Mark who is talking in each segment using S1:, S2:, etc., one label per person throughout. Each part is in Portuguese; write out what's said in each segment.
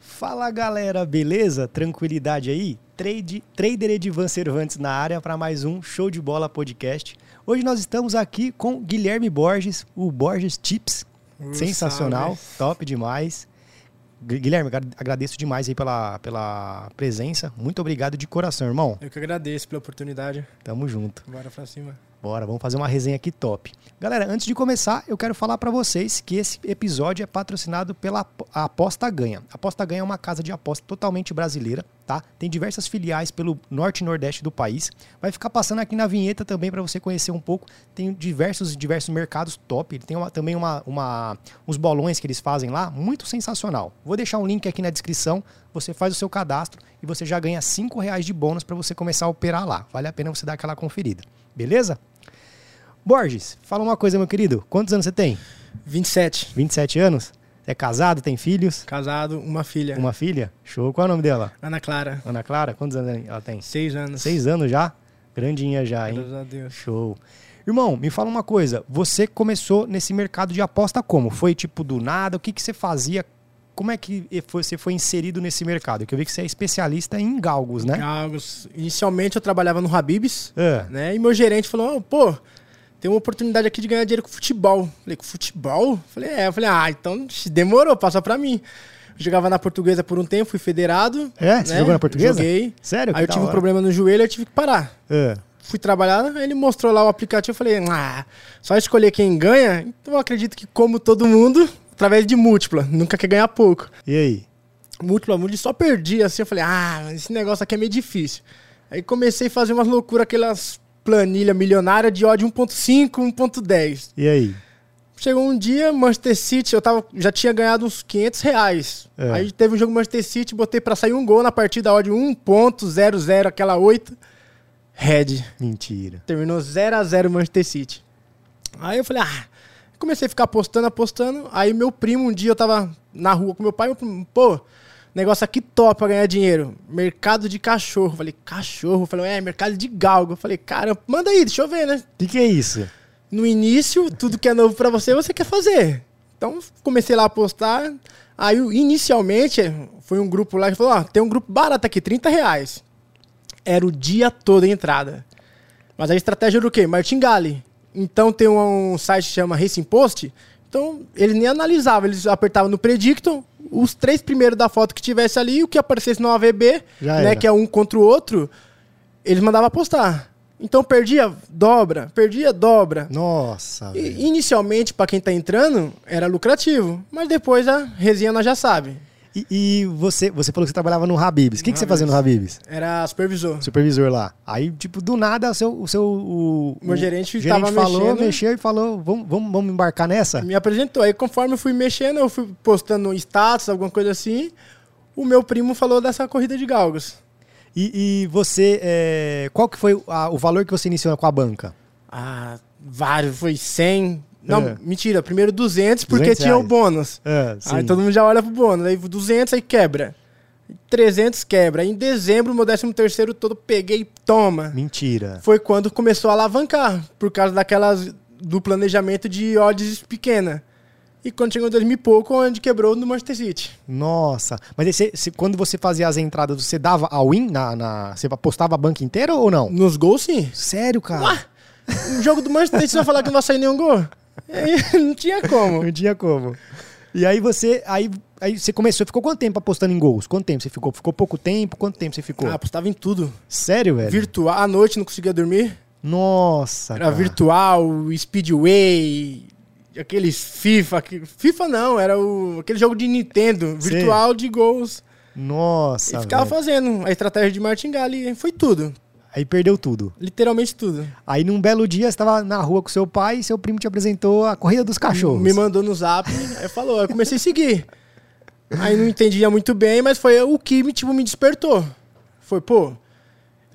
S1: Fala galera, beleza? Tranquilidade aí? Trade, trader Edivan Cervantes na área para mais um Show de Bola podcast. Hoje nós estamos aqui com Guilherme Borges, o Borges Tips.
S2: Um
S1: Sensacional,
S2: salve.
S1: top demais. Gu- Guilherme, agra- agradeço demais aí pela, pela presença. Muito obrigado de coração, irmão.
S2: Eu que agradeço pela oportunidade.
S1: Tamo junto.
S2: Bora pra cima.
S1: Bora, vamos fazer uma resenha aqui top. Galera, antes de começar, eu quero falar para vocês que esse episódio é patrocinado pela Ap- a Aposta Ganha. A Aposta Ganha é uma casa de aposta totalmente brasileira, tá? Tem diversas filiais pelo norte e nordeste do país. Vai ficar passando aqui na vinheta também para você conhecer um pouco. Tem diversos diversos mercados top. Ele tem uma- também uma, uma- uns bolões que eles fazem lá, muito sensacional. Vou deixar um link aqui na descrição. Você faz o seu cadastro e você já ganha R$ 5 reais de bônus para você começar a operar lá. Vale a pena você dar aquela conferida. Beleza? Borges, fala uma coisa, meu querido. Quantos anos você tem?
S2: 27.
S1: 27 anos? É casado, tem filhos?
S2: Casado, uma filha.
S1: Uma filha? Show. Qual é o nome dela?
S2: Ana Clara.
S1: Ana Clara? Quantos anos ela tem?
S2: Seis anos.
S1: Seis anos já? Grandinha já, hein?
S2: Graças a Deus.
S1: Show. Irmão, me fala uma coisa. Você começou nesse mercado de aposta como? Foi tipo do nada? O que, que você fazia? Como é que foi- você foi inserido nesse mercado? Que eu vi que você é especialista em galgos, né?
S2: Galgos. É Inicialmente eu trabalhava no Habibs,
S1: Ah,
S2: né? E meu gerente falou: "Ô, pô, tem uma oportunidade aqui de ganhar dinheiro com futebol. Falei, com futebol? Falei, é. Eu falei, ah, então demorou, passa pra mim. Eu jogava na portuguesa por um tempo, fui federado. né?
S1: É? Você jogou na Portuguesa?
S2: Joguei.
S1: Sério?
S2: Aí
S1: Que
S2: eu
S1: da
S2: tive um
S1: hora.
S2: problema no joelho, eu tive que parar.
S1: ah,
S2: fui trabalhar, ele mostrou lá o aplicativo, eu falei, ah, só escolher quem ganha, então eu acredito que como todo mundo, através de múltipla, nunca quer ganhar pouco.
S1: e aí?
S2: Múltipla, múltipla, só perdi, assim, eu falei, ah, mas esse negócio aqui é meio difícil. Aí comecei a fazer umas loucuras, aquelas planilhas milionárias de um odd 1.5, 1.10.
S1: E aí?
S2: Chegou um dia, Manchester City, eu tava, já tinha ganhado uns 500 reais.
S1: É.
S2: Aí teve um jogo Manchester City, botei pra sair um gol na partida, um odd 1.00, aquela 8. Red.
S1: Mentira.
S2: Terminou 0x0 Manchester City. Aí eu falei, ah, comecei a ficar apostando, apostando. Aí meu primo, um dia eu tava na rua com meu pai, meu primo, pô, negócio aqui top pra ganhar dinheiro. Mercado de cachorro. Falei, cachorro? Falei, é, mercado de galgo. Falei, cara, manda aí, deixa eu ver, né?
S1: O que, que é isso?
S2: No início, tudo que é novo pra você, você quer fazer. Então comecei lá a apostar. Aí inicialmente foi um grupo lá que falou: ó, tem um grupo barato aqui, 30 reais. Era o dia todo a entrada. Mas a estratégia era o quê? Martingale. Então tem um, um site que chama Racing Post. Então ele nem analisava, eles apertavam no Predicton, os três primeiros da foto que tivesse ali, o que aparecesse no AVB,
S1: Já
S2: né,
S1: era.
S2: que é um contra o outro, eles mandavam apostar. Então perdia, dobra, perdia, dobra.
S1: Nossa, velho.
S2: E, inicialmente, pra quem tá entrando, era lucrativo. Mas depois a resenha nós já sabe.
S1: E, e você, você falou que você trabalhava no Habibs. O que, que você fazia no Habibs?
S2: Era supervisor.
S1: Supervisor lá. Aí, tipo, do nada, o seu. O seu o,
S2: Meu gerente tava
S1: falou,
S2: mexendo.
S1: mexeu e falou: vamos, vamos, vamos embarcar nessa?
S2: Me apresentou. Aí conforme eu fui mexendo, eu fui postando status, alguma coisa assim. O meu primo falou dessa corrida de galgos.
S1: E, e você. é, qual que foi a- o valor que você iniciou com a banca?
S2: Ah, vários, foi 100. Não,
S1: É.
S2: mentira, primeiro 200 porque
S1: 200
S2: tinha o
S1: reais.
S2: bônus.
S1: É,
S2: Aí todo mundo já olha pro bônus, aí 200 aí quebra. 300 quebra. Aí Em dezembro, meu 13 terceiro todo peguei, toma.
S1: Mentira.
S2: foi quando começou a alavancar, por causa daquelas do planejamento de odds pequena. E quando chegou em 2000 e pouco, onde quebrou no Manchester City.
S1: Nossa. Mas aí você- você- quando você fazia as entradas, você dava a win? Na, na- você apostava a banca inteira ou não?
S2: Nos gols, sim.
S1: Sério, cara?
S2: No Um jogo do Manchester City, você vai falar que não vai sair nenhum gol? É, Não tinha como.
S1: Não tinha como. E aí você. Aí, aí você começou, ficou quanto tempo apostando em gols? Quanto tempo você ficou? Ficou pouco tempo? Quanto tempo você ficou?
S2: Ah, apostava em tudo.
S1: Sério,
S2: É.
S1: velho?
S2: Virtual, à noite não conseguia dormir.
S1: Nossa,
S2: Era
S1: cara.
S2: virtual, speedway, aqueles FIFA. que- FIFA não, era o, aquele jogo de Nintendo,
S1: Sim.
S2: virtual de gols.
S1: Nossa,
S2: e ficava
S1: velho.
S2: fazendo a estratégia de martingale, foi tudo.
S1: Aí perdeu tudo.
S2: Literalmente tudo.
S1: Aí num belo dia você tava na rua com seu pai e seu primo te apresentou a corrida dos cachorros.
S2: Me mandou no zap, aí falou, eu comecei a seguir. Aí não entendia muito bem, mas foi o que me, tipo, me despertou. Foi, pô,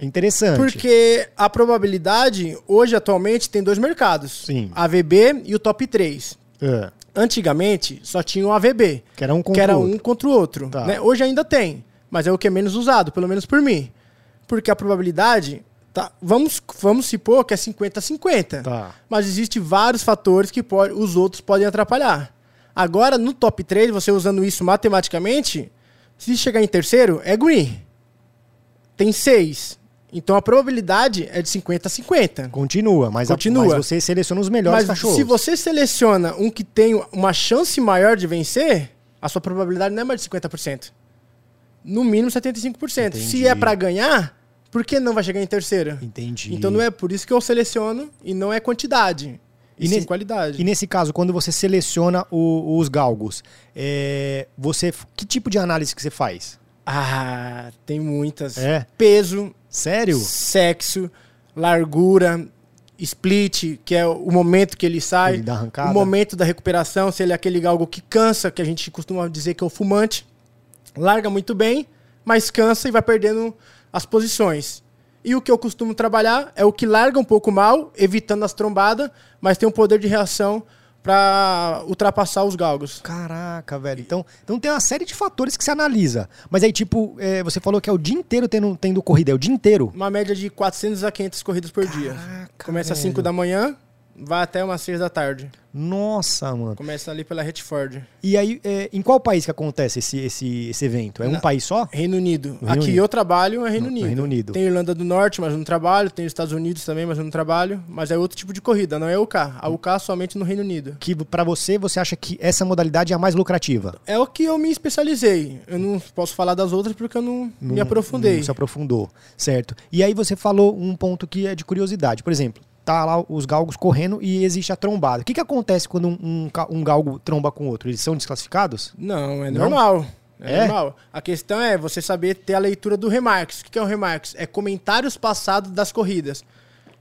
S1: Interessante.
S2: porque a probabilidade, hoje atualmente, tem dois mercados.
S1: Sim.
S2: AVB e o top 3.
S1: É,
S2: Antigamente, só tinha o AVB,
S1: que era um contra
S2: que era
S1: o outro.
S2: um contra o outro.
S1: Tá.
S2: né? Hoje ainda tem, mas é o que é menos usado, pelo menos por mim. Porque a probabilidade, tá, vamos, vamos supor que é 50-50.
S1: Tá.
S2: Mas existem vários fatores que pode- os outros podem atrapalhar. Agora, no top 3, você usando isso matematicamente, Se chegar em terceiro, é green. Tem seis. Então a probabilidade é de 50 a 50.
S1: Continua, mas, a-
S2: Continua.
S1: mas você seleciona os melhores
S2: Mas
S1: cachorros.
S2: se você seleciona um que tem uma chance maior de vencer, a sua probabilidade não é mais de 50%. No mínimo 75%.
S1: Entendi.
S2: Se é pra ganhar, por que não vai chegar em terceiro?
S1: Entendi.
S2: Então não é por isso que eu seleciono e não é quantidade. E,
S1: E
S2: sim
S1: nesse-
S2: qualidade.
S1: E nesse caso, quando você seleciona o- os galgos, é, você que tipo de análise que você faz?
S2: Ah, tem muitas.
S1: É?
S2: Peso,
S1: Sério?
S2: sexo, largura, split, que é o momento que ele sai,
S1: Ele dá arrancada.
S2: o momento da recuperação, se ele é aquele galgo que cansa, que a gente costuma dizer que é o fumante, larga muito bem, mas cansa e vai perdendo as posições. E o que eu costumo trabalhar é o que larga um pouco mal, evitando as trombadas, mas tem um poder de reação para ultrapassar os galgos.
S1: Caraca, velho. Então, então tem uma série de fatores que você analisa. Mas aí, tipo, é, você falou que é o dia inteiro tendo, tendo corrida, é o dia inteiro.
S2: Uma média de 400 a 500 corridas por dia.
S1: Caraca,
S2: Começa às
S1: velho.
S2: 5 da manhã, vai até umas 6 da tarde.
S1: Nossa, mano.
S2: Começa ali pela Retford.
S1: E aí, é, em qual país que acontece esse, esse, esse evento? É um
S2: Na-
S1: país só?
S2: Reino Unido.
S1: Reino
S2: Aqui
S1: Unido.
S2: eu trabalho é Reino
S1: No- no
S2: Unido.
S1: Reino Unido.
S2: Tem Irlanda do Norte, mas eu não trabalho. Tem os Estados Unidos também, mas eu não trabalho. Mas é outro tipo de corrida, não é UK. A UK é somente no Reino Unido.
S1: Que pra você, você acha que essa modalidade é a mais lucrativa?
S2: É o que eu me especializei. Eu não posso falar das outras porque eu não, me aprofundei.
S1: Não se aprofundou, certo? E aí você falou um ponto que é de curiosidade. Por exemplo, tá lá os galgos correndo e existe a trombada. O que, que acontece quando um, um ca- um galgo tromba com outro? Eles são desclassificados?
S2: Não, é
S1: Não?
S2: normal. É,
S1: É?
S2: normal. A questão é você saber ter a leitura do remarques. O que que é um remarques? É comentários passados das corridas.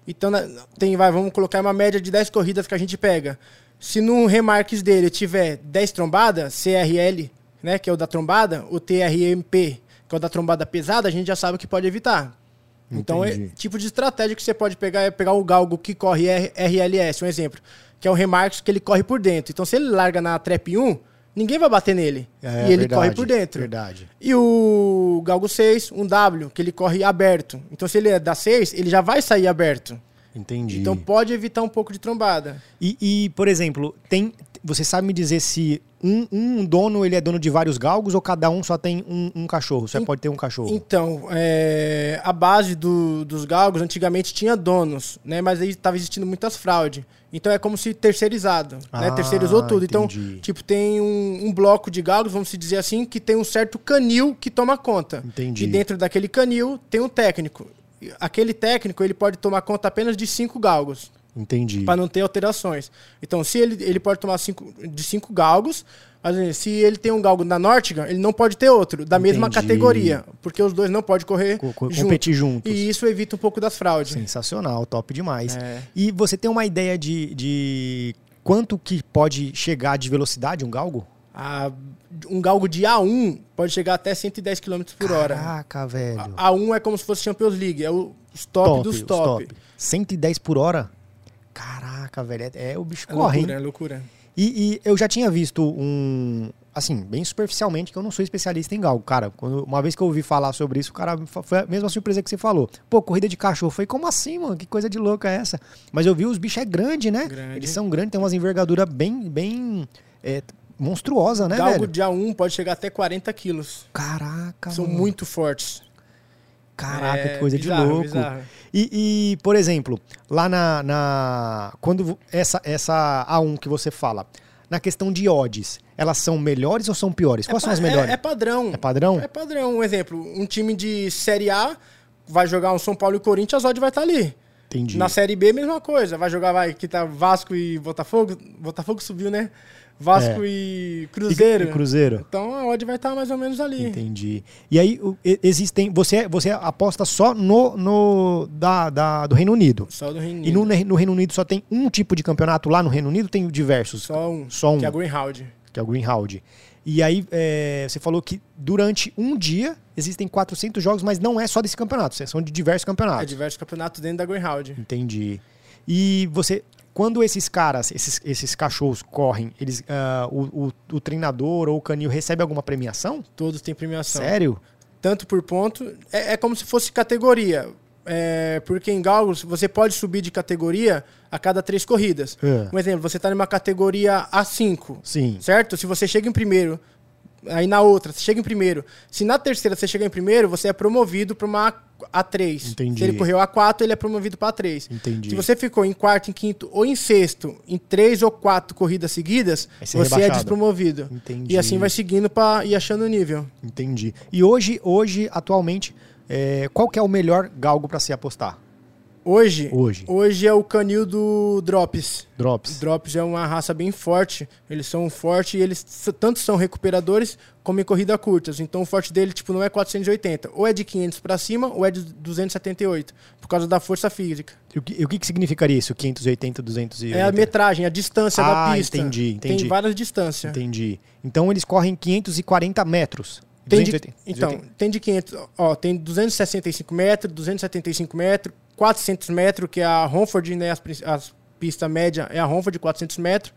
S2: Então, na- tem, vai, vamos colocar uma média de 10 corridas que a gente pega. Se no remarques dele tiver 10 trombadas, CRL, né, que é o da trombada, o TRMP, que é o da trombada pesada, a gente já sabe que pode evitar. Então, é
S1: Entendi.
S2: tipo de estratégia que você pode pegar é pegar o galgo que corre R- RLS, um exemplo, que é o remarques que ele corre por dentro. Então, se ele larga na trap 1, ninguém vai bater nele.
S1: É,
S2: e ele
S1: verdade,
S2: corre por dentro.
S1: Verdade.
S2: E o galgo 6, um W, que ele corre aberto. Então, se ele é da 6, ele já vai sair aberto.
S1: Entendi.
S2: Então, pode evitar um pouco de trombada.
S1: E, e, por exemplo, tem. Você sabe me dizer se um, um dono ele é dono de vários galgos ou cada um só tem um, um cachorro? Só pode ter um cachorro.
S2: Então, é, a base do- dos galgos antigamente tinha donos, né? Mas aí estava existindo muitas fraudes. Então é como se terceirizado, né?
S1: Ah,
S2: Terceirizou tudo. Então,
S1: entendi.
S2: tipo, tem um, um bloco de galgos, vamos se dizer assim, que tem um certo canil que toma conta.
S1: Entendi.
S2: E dentro daquele canil tem um técnico. E Aquele técnico, ele pode tomar conta apenas de cinco galgos
S1: Entendi.
S2: para não ter alterações. Então, se ele, ele pode tomar cinco, de cinco galgos, mas eh, se ele tem um galgo na Nórtiga, ele não pode ter outro, da mesma
S1: Entendi.
S2: categoria, porque os dois não podem correr
S1: Co- co-
S2: junto.
S1: competir juntos.
S2: E isso evita um pouco das fraudes.
S1: Sensacional, top demais.
S2: É.
S1: E você tem uma ideia de, de quanto que pode chegar de velocidade um galgo?
S2: A- um galgo de A1 pode chegar até 110 km por hora.
S1: Caraca, velho.
S2: A- A1 é como se fosse Champions League, é o os top, dos
S1: os
S2: top.
S1: 110 por hora? Caraca, velho. é- É o bicho
S2: É
S1: corre, hein?
S2: loucura, é loucura.
S1: E, e eu já tinha visto um. Assim, bem superficialmente, que eu não sou especialista em galgo. Cara, quando- uma vez que eu ouvi falar sobre isso, o cara me fa- foi a mesma surpresa que você falou. Pô, corrida de cachorro. Eu falei, como assim, mano? Que coisa de louca é essa? Mas eu vi os bichos é grande, né?
S2: Grande.
S1: Eles são grandes, tem umas envergaduras bem, bem é, monstruosa, né,
S2: galgo
S1: velho?
S2: de A1 pode chegar até 40 quilos.
S1: Caraca,
S2: São
S1: mano.
S2: muito fortes.
S1: Caraca,
S2: É
S1: que coisa
S2: bizarro,
S1: de louco.
S2: bizarro.
S1: E, e, por exemplo, lá na. na- quando vo- essa, essa A1 que você fala, na questão de odds, elas são melhores ou são piores? Quais são as
S2: É-
S1: melhores?
S2: É, padrão.
S1: É padrão?
S2: É padrão. Um exemplo, um time de Série A vai jogar um São Paulo e Corinthians, a odd vai estar ali.
S1: Entendi.
S2: Na Série B, mesma coisa. Vai jogar, vai, que tá Vasco e Botafogo. Botafogo subiu, né? Vasco
S1: É.
S2: e
S1: E-
S2: Cruzeiro.
S1: e Cruzeiro.
S2: Então a odd vai estar mais ou menos ali.
S1: Entendi. E aí, o- e- existem. Você, você aposta só no, no da, da- do Reino Unido.
S2: Só do Reino
S1: E no, ne- no Reino Unido só tem um tipo de campeonato lá no Reino Unido? Tem diversos.
S2: Só um.
S1: Só um.
S2: Que é a Greenhound.
S1: que é o Greenhound. E aí, é, você falou que durante um dia existem 400 jogos, mas não é só desse campeonato, são de diversos
S2: É
S1: campeonatos.
S2: diversos campeonatos dentro da Greenhound.
S1: Entendi. E você, quando esses caras, esses, esses cachorros correm, eles, ah, o, o- o treinador ou o canil recebe alguma premiação?
S2: Todos têm premiação.
S1: Sério?
S2: tanto por ponto. É, é como se fosse categoria. É, porque em galgos você pode subir de categoria a cada três corridas.
S1: É.
S2: Um exemplo, você está numa tá categoria A5,
S1: Sim.
S2: certo? Se você chega em primeiro Aí na outra, você chega em primeiro. Se na terceira você chegar em primeiro, você é promovido para uma A3.
S1: Entendi.
S2: Se ele correu A4, ele é promovido para A3.
S1: Entendi.
S2: Se você ficou em quarto, em quinto ou em sexto, em três ou quatro corridas seguidas,
S1: Vai ser
S2: você é
S1: rebaixado.
S2: despromovido.
S1: Entendi.
S2: E assim vai seguindo para ir achando o nível.
S1: Entendi. E hoje, hoje atualmente, é, qual que é o melhor galgo para se apostar?
S2: Hoje,
S1: Hoje.
S2: hoje é o canil do Drops.
S1: Drops.
S2: Drops é uma raça bem forte. Eles são fortes e eles s- tanto são recuperadores como em corrida curtas. Então o forte dele tipo não é 480, ou é de 500 pra cima ou é de 278, por causa da força física.
S1: E o que, e o que, que significaria isso? 580, 280?
S2: É a metragem, a distância
S1: Ah,
S2: da pista.
S1: entendi, entendi.
S2: Tem várias distâncias.
S1: Entendi. Então eles correm 540 metros.
S2: Tem de,
S1: 280.
S2: então, tem de 500, ó, tem 265 metros, 275 metros, 400 metros, que é a Romford, né, as, prin- as pista média é a Romford, 400 metros.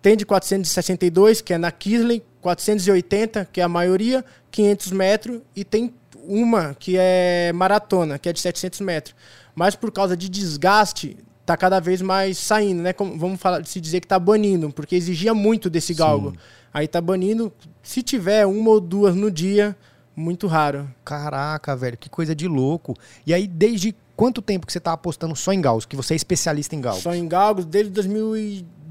S2: Tem de 462, que é na Kisley, 480, que é a maioria, 500 metros, e tem uma que é maratona, que é de 700 metros. Mas por causa de desgaste, tá cada vez mais saindo, né? Como, vamos falar, se dizer que tá banindo, porque exigia muito desse galgo. Aí tá banindo, se tiver uma ou duas no dia, muito raro.
S1: Caraca, velho, que coisa de louco. E aí, desde quanto tempo que você tá apostando só em gaus? Que você é especialista em gaus?
S2: Só em galgos, desde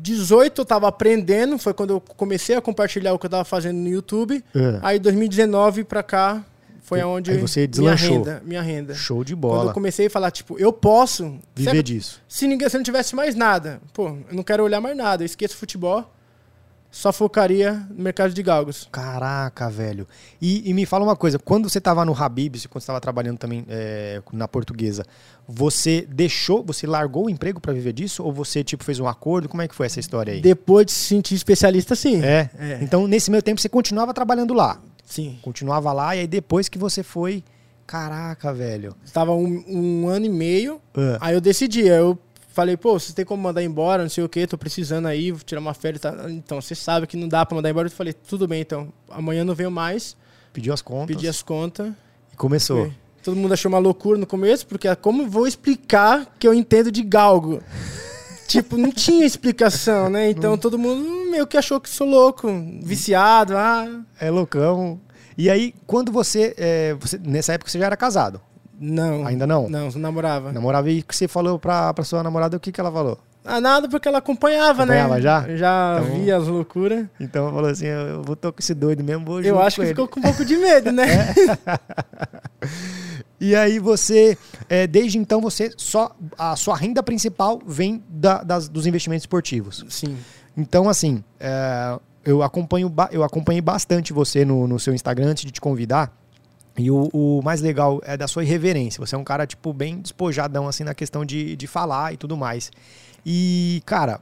S2: 2018 eu tava aprendendo, foi quando eu comecei a compartilhar o que eu tava fazendo no YouTube.
S1: É.
S2: Aí 2019 pra cá foi
S1: Aí
S2: aonde
S1: você deslanchou.
S2: minha renda, minha renda.
S1: Show de
S2: Quando eu
S1: bola.
S2: comecei a falar, tipo, eu posso
S1: Viver
S2: sempre-
S1: disso.
S2: se ninguém se não tivesse mais nada, pô, eu não quero olhar mais nada, eu esqueço futebol, só focaria no mercado de galgos.
S1: Caraca, velho. E, e me fala uma coisa, quando você tava no Habib's, quando você tava trabalhando também é, na portuguesa, você deixou, você largou o emprego pra viver disso? Ou você, tipo, fez um acordo? Como é que foi essa história aí?
S2: Depois de se sentir especialista, sim.
S1: É?
S2: É.
S1: Então, nesse meio tempo, você continuava trabalhando lá.
S2: Sim.
S1: Continuava lá, e aí depois que você foi. Caraca, velho.
S2: Estava um, um ano e meio,
S1: Ah.
S2: aí eu decidi, aí eu falei, pô, você tem como mandar embora, não sei o que, tô precisando aí, vou tirar uma férias, tá? então você sabe que não dá pra mandar embora, eu falei, tudo bem então, amanhã eu não venho mais,
S1: Pediu as contas.
S2: pedi as contas,
S1: E começou.
S2: Foi. Todo mundo achou uma loucura no começo, porque ah, como eu vou explicar que eu entendo de galgo? tipo, não tinha explicação, né? Então todo mundo meio que achou que sou louco, viciado, ah.
S1: É loucão. E aí, quando você, é, você- Nessa época você já era casado.
S2: Não.
S1: Ainda não?
S2: Não, não namorava.
S1: Namorava e que você falou pra, pra sua namorada o que, que ela falou?
S2: Ah, nada porque ela acompanhava,
S1: Acompanhava
S2: né?
S1: já?
S2: Já
S1: Então-
S2: via as loucuras.
S1: Então ela falou assim: eu vou tô com esse doido mesmo, vou
S2: Eu
S1: junto
S2: acho
S1: com
S2: que
S1: ele. É,
S2: ficou com um pouco de medo, né?
S1: E aí você, é, desde então, você só. A sua renda principal vem da- das, dos investimentos esportivos.
S2: Sim.
S1: Então, assim, é, eu, acompanho, ba- eu acompanhei bastante você no, no seu Instagram antes de te convidar. E o, o mais legal é da sua irreverência. Você é um cara, tipo, bem despojadão, assim, na questão de, de falar e tudo mais. E, cara,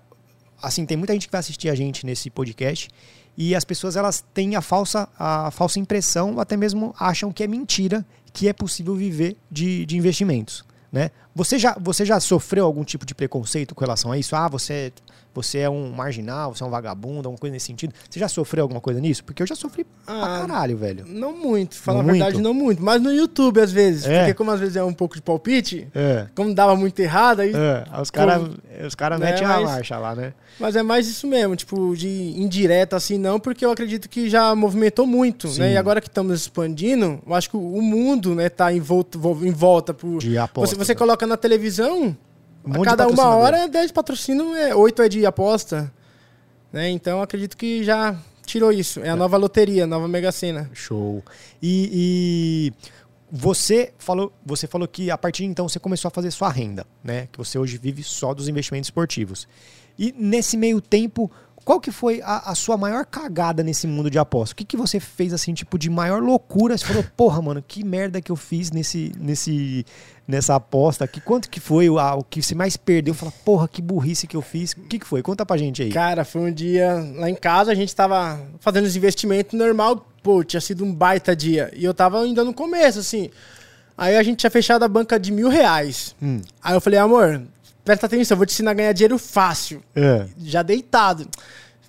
S1: assim, tem muita gente que vai assistir a gente nesse podcast e as pessoas, elas têm a falsa, a falsa impressão, ou até mesmo acham que é mentira, que é possível viver de, de investimentos, né? Você já, você já sofreu algum tipo de preconceito com relação a isso? Ah, você, você é um marginal, você é um vagabundo, alguma coisa nesse sentido. Você já sofreu alguma coisa nisso? Porque eu já sofri pra
S2: Ah,
S1: caralho, velho.
S2: Não muito, falar a
S1: Muito?
S2: verdade, não muito. Mas no YouTube, às vezes.
S1: É.
S2: Porque como às vezes é um pouco de palpite,
S1: É.
S2: como dava muito errado, aí
S1: É, os caras os cara
S2: Né,
S1: metem a
S2: mas-
S1: marcha lá, né?
S2: Mas é mais isso mesmo, tipo, de indireta assim não, porque eu acredito que já movimentou muito,
S1: Sim.
S2: né? E agora que estamos expandindo, eu acho que o mundo, né, tá em volta, vo- em volta por...
S1: De aposta,
S2: Você, você
S1: né?
S2: coloca na televisão,
S1: Um
S2: a
S1: monte de
S2: cada uma
S1: patrocinador.
S2: hora, 10 patrocínio, é, 8 é de aposta, né? Então eu acredito que já tirou isso. É a nova loteria, a nova Mega Sena.
S1: Show. E, e você falou, você falou que a partir de então você começou a fazer sua renda, né? Que você hoje vive só dos investimentos esportivos. E nesse meio tempo, qual que foi a, a sua maior cagada nesse mundo de aposta? O que, que você fez assim, tipo, de maior loucura? Você falou, porra, mano, que merda que eu fiz nesse, nesse, nessa aposta aqui. Quanto que foi o, a- o que você mais perdeu? Fala, porra, que burrice que eu fiz. O que, que foi? Conta pra gente aí.
S2: Cara, foi um dia lá em casa, a gente tava fazendo os investimentos normal, pô, tinha sido um baita dia. E eu tava ainda no começo, assim. Aí a gente tinha fechado a banca de mil reais.
S1: Hum.
S2: Aí eu falei, amor, presta atenção, eu vou te ensinar a ganhar dinheiro fácil.
S1: É.
S2: Já deitado.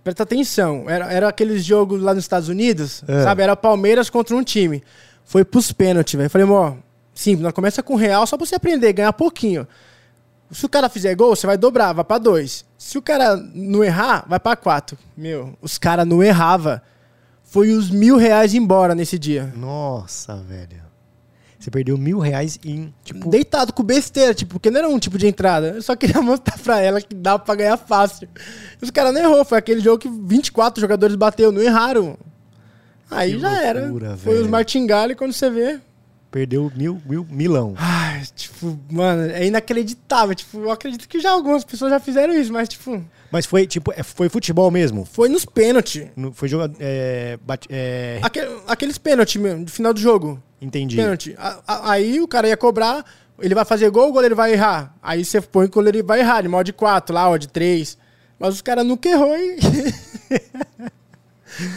S2: Presta atenção. Era, era aqueles jogos lá nos Estados Unidos,
S1: É.
S2: sabe? Era Palmeiras contra um time. Foi pros pênaltis, velho. Falei, amor, simples, nós começa com real só pra você aprender, ganhar pouquinho. Se o cara fizer gol, você vai dobrar, vai pra dois. Se o cara não errar, vai pra quatro. Meu, os caras não errava. foi os mil reais embora nesse dia.
S1: Nossa, velho. Você perdeu mil reais em, tipo...
S2: Deitado com besteira, tipo, porque não era um tipo de entrada. Eu só queria mostrar pra ela que dava pra ganhar fácil. E os caras não errou, foi aquele jogo que 24 jogadores bateu, não erraram. Aí
S1: Que
S2: já
S1: loucura,
S2: era. Foi os
S1: velho.
S2: martingale quando você vê.
S1: Perdeu mil, mil, milão.
S2: Ai, tipo, mano, é inacreditável. Tipo, eu acredito que já algumas pessoas já fizeram isso, mas, tipo,
S1: Mas foi, tipo, é- foi futebol mesmo?
S2: foi nos pênaltis.
S1: No- Foi jogador... É, bate- é,
S2: Aqueles pênaltis mesmo, do final do jogo.
S1: entendi.
S2: Pênalti. A- a- Aí o cara ia cobrar, ele vai fazer gol, o goleiro vai errar. Aí você põe que o goleiro vai errar, de modo de 4 lá, ó, de 3. Mas os caras nunca errou, hein?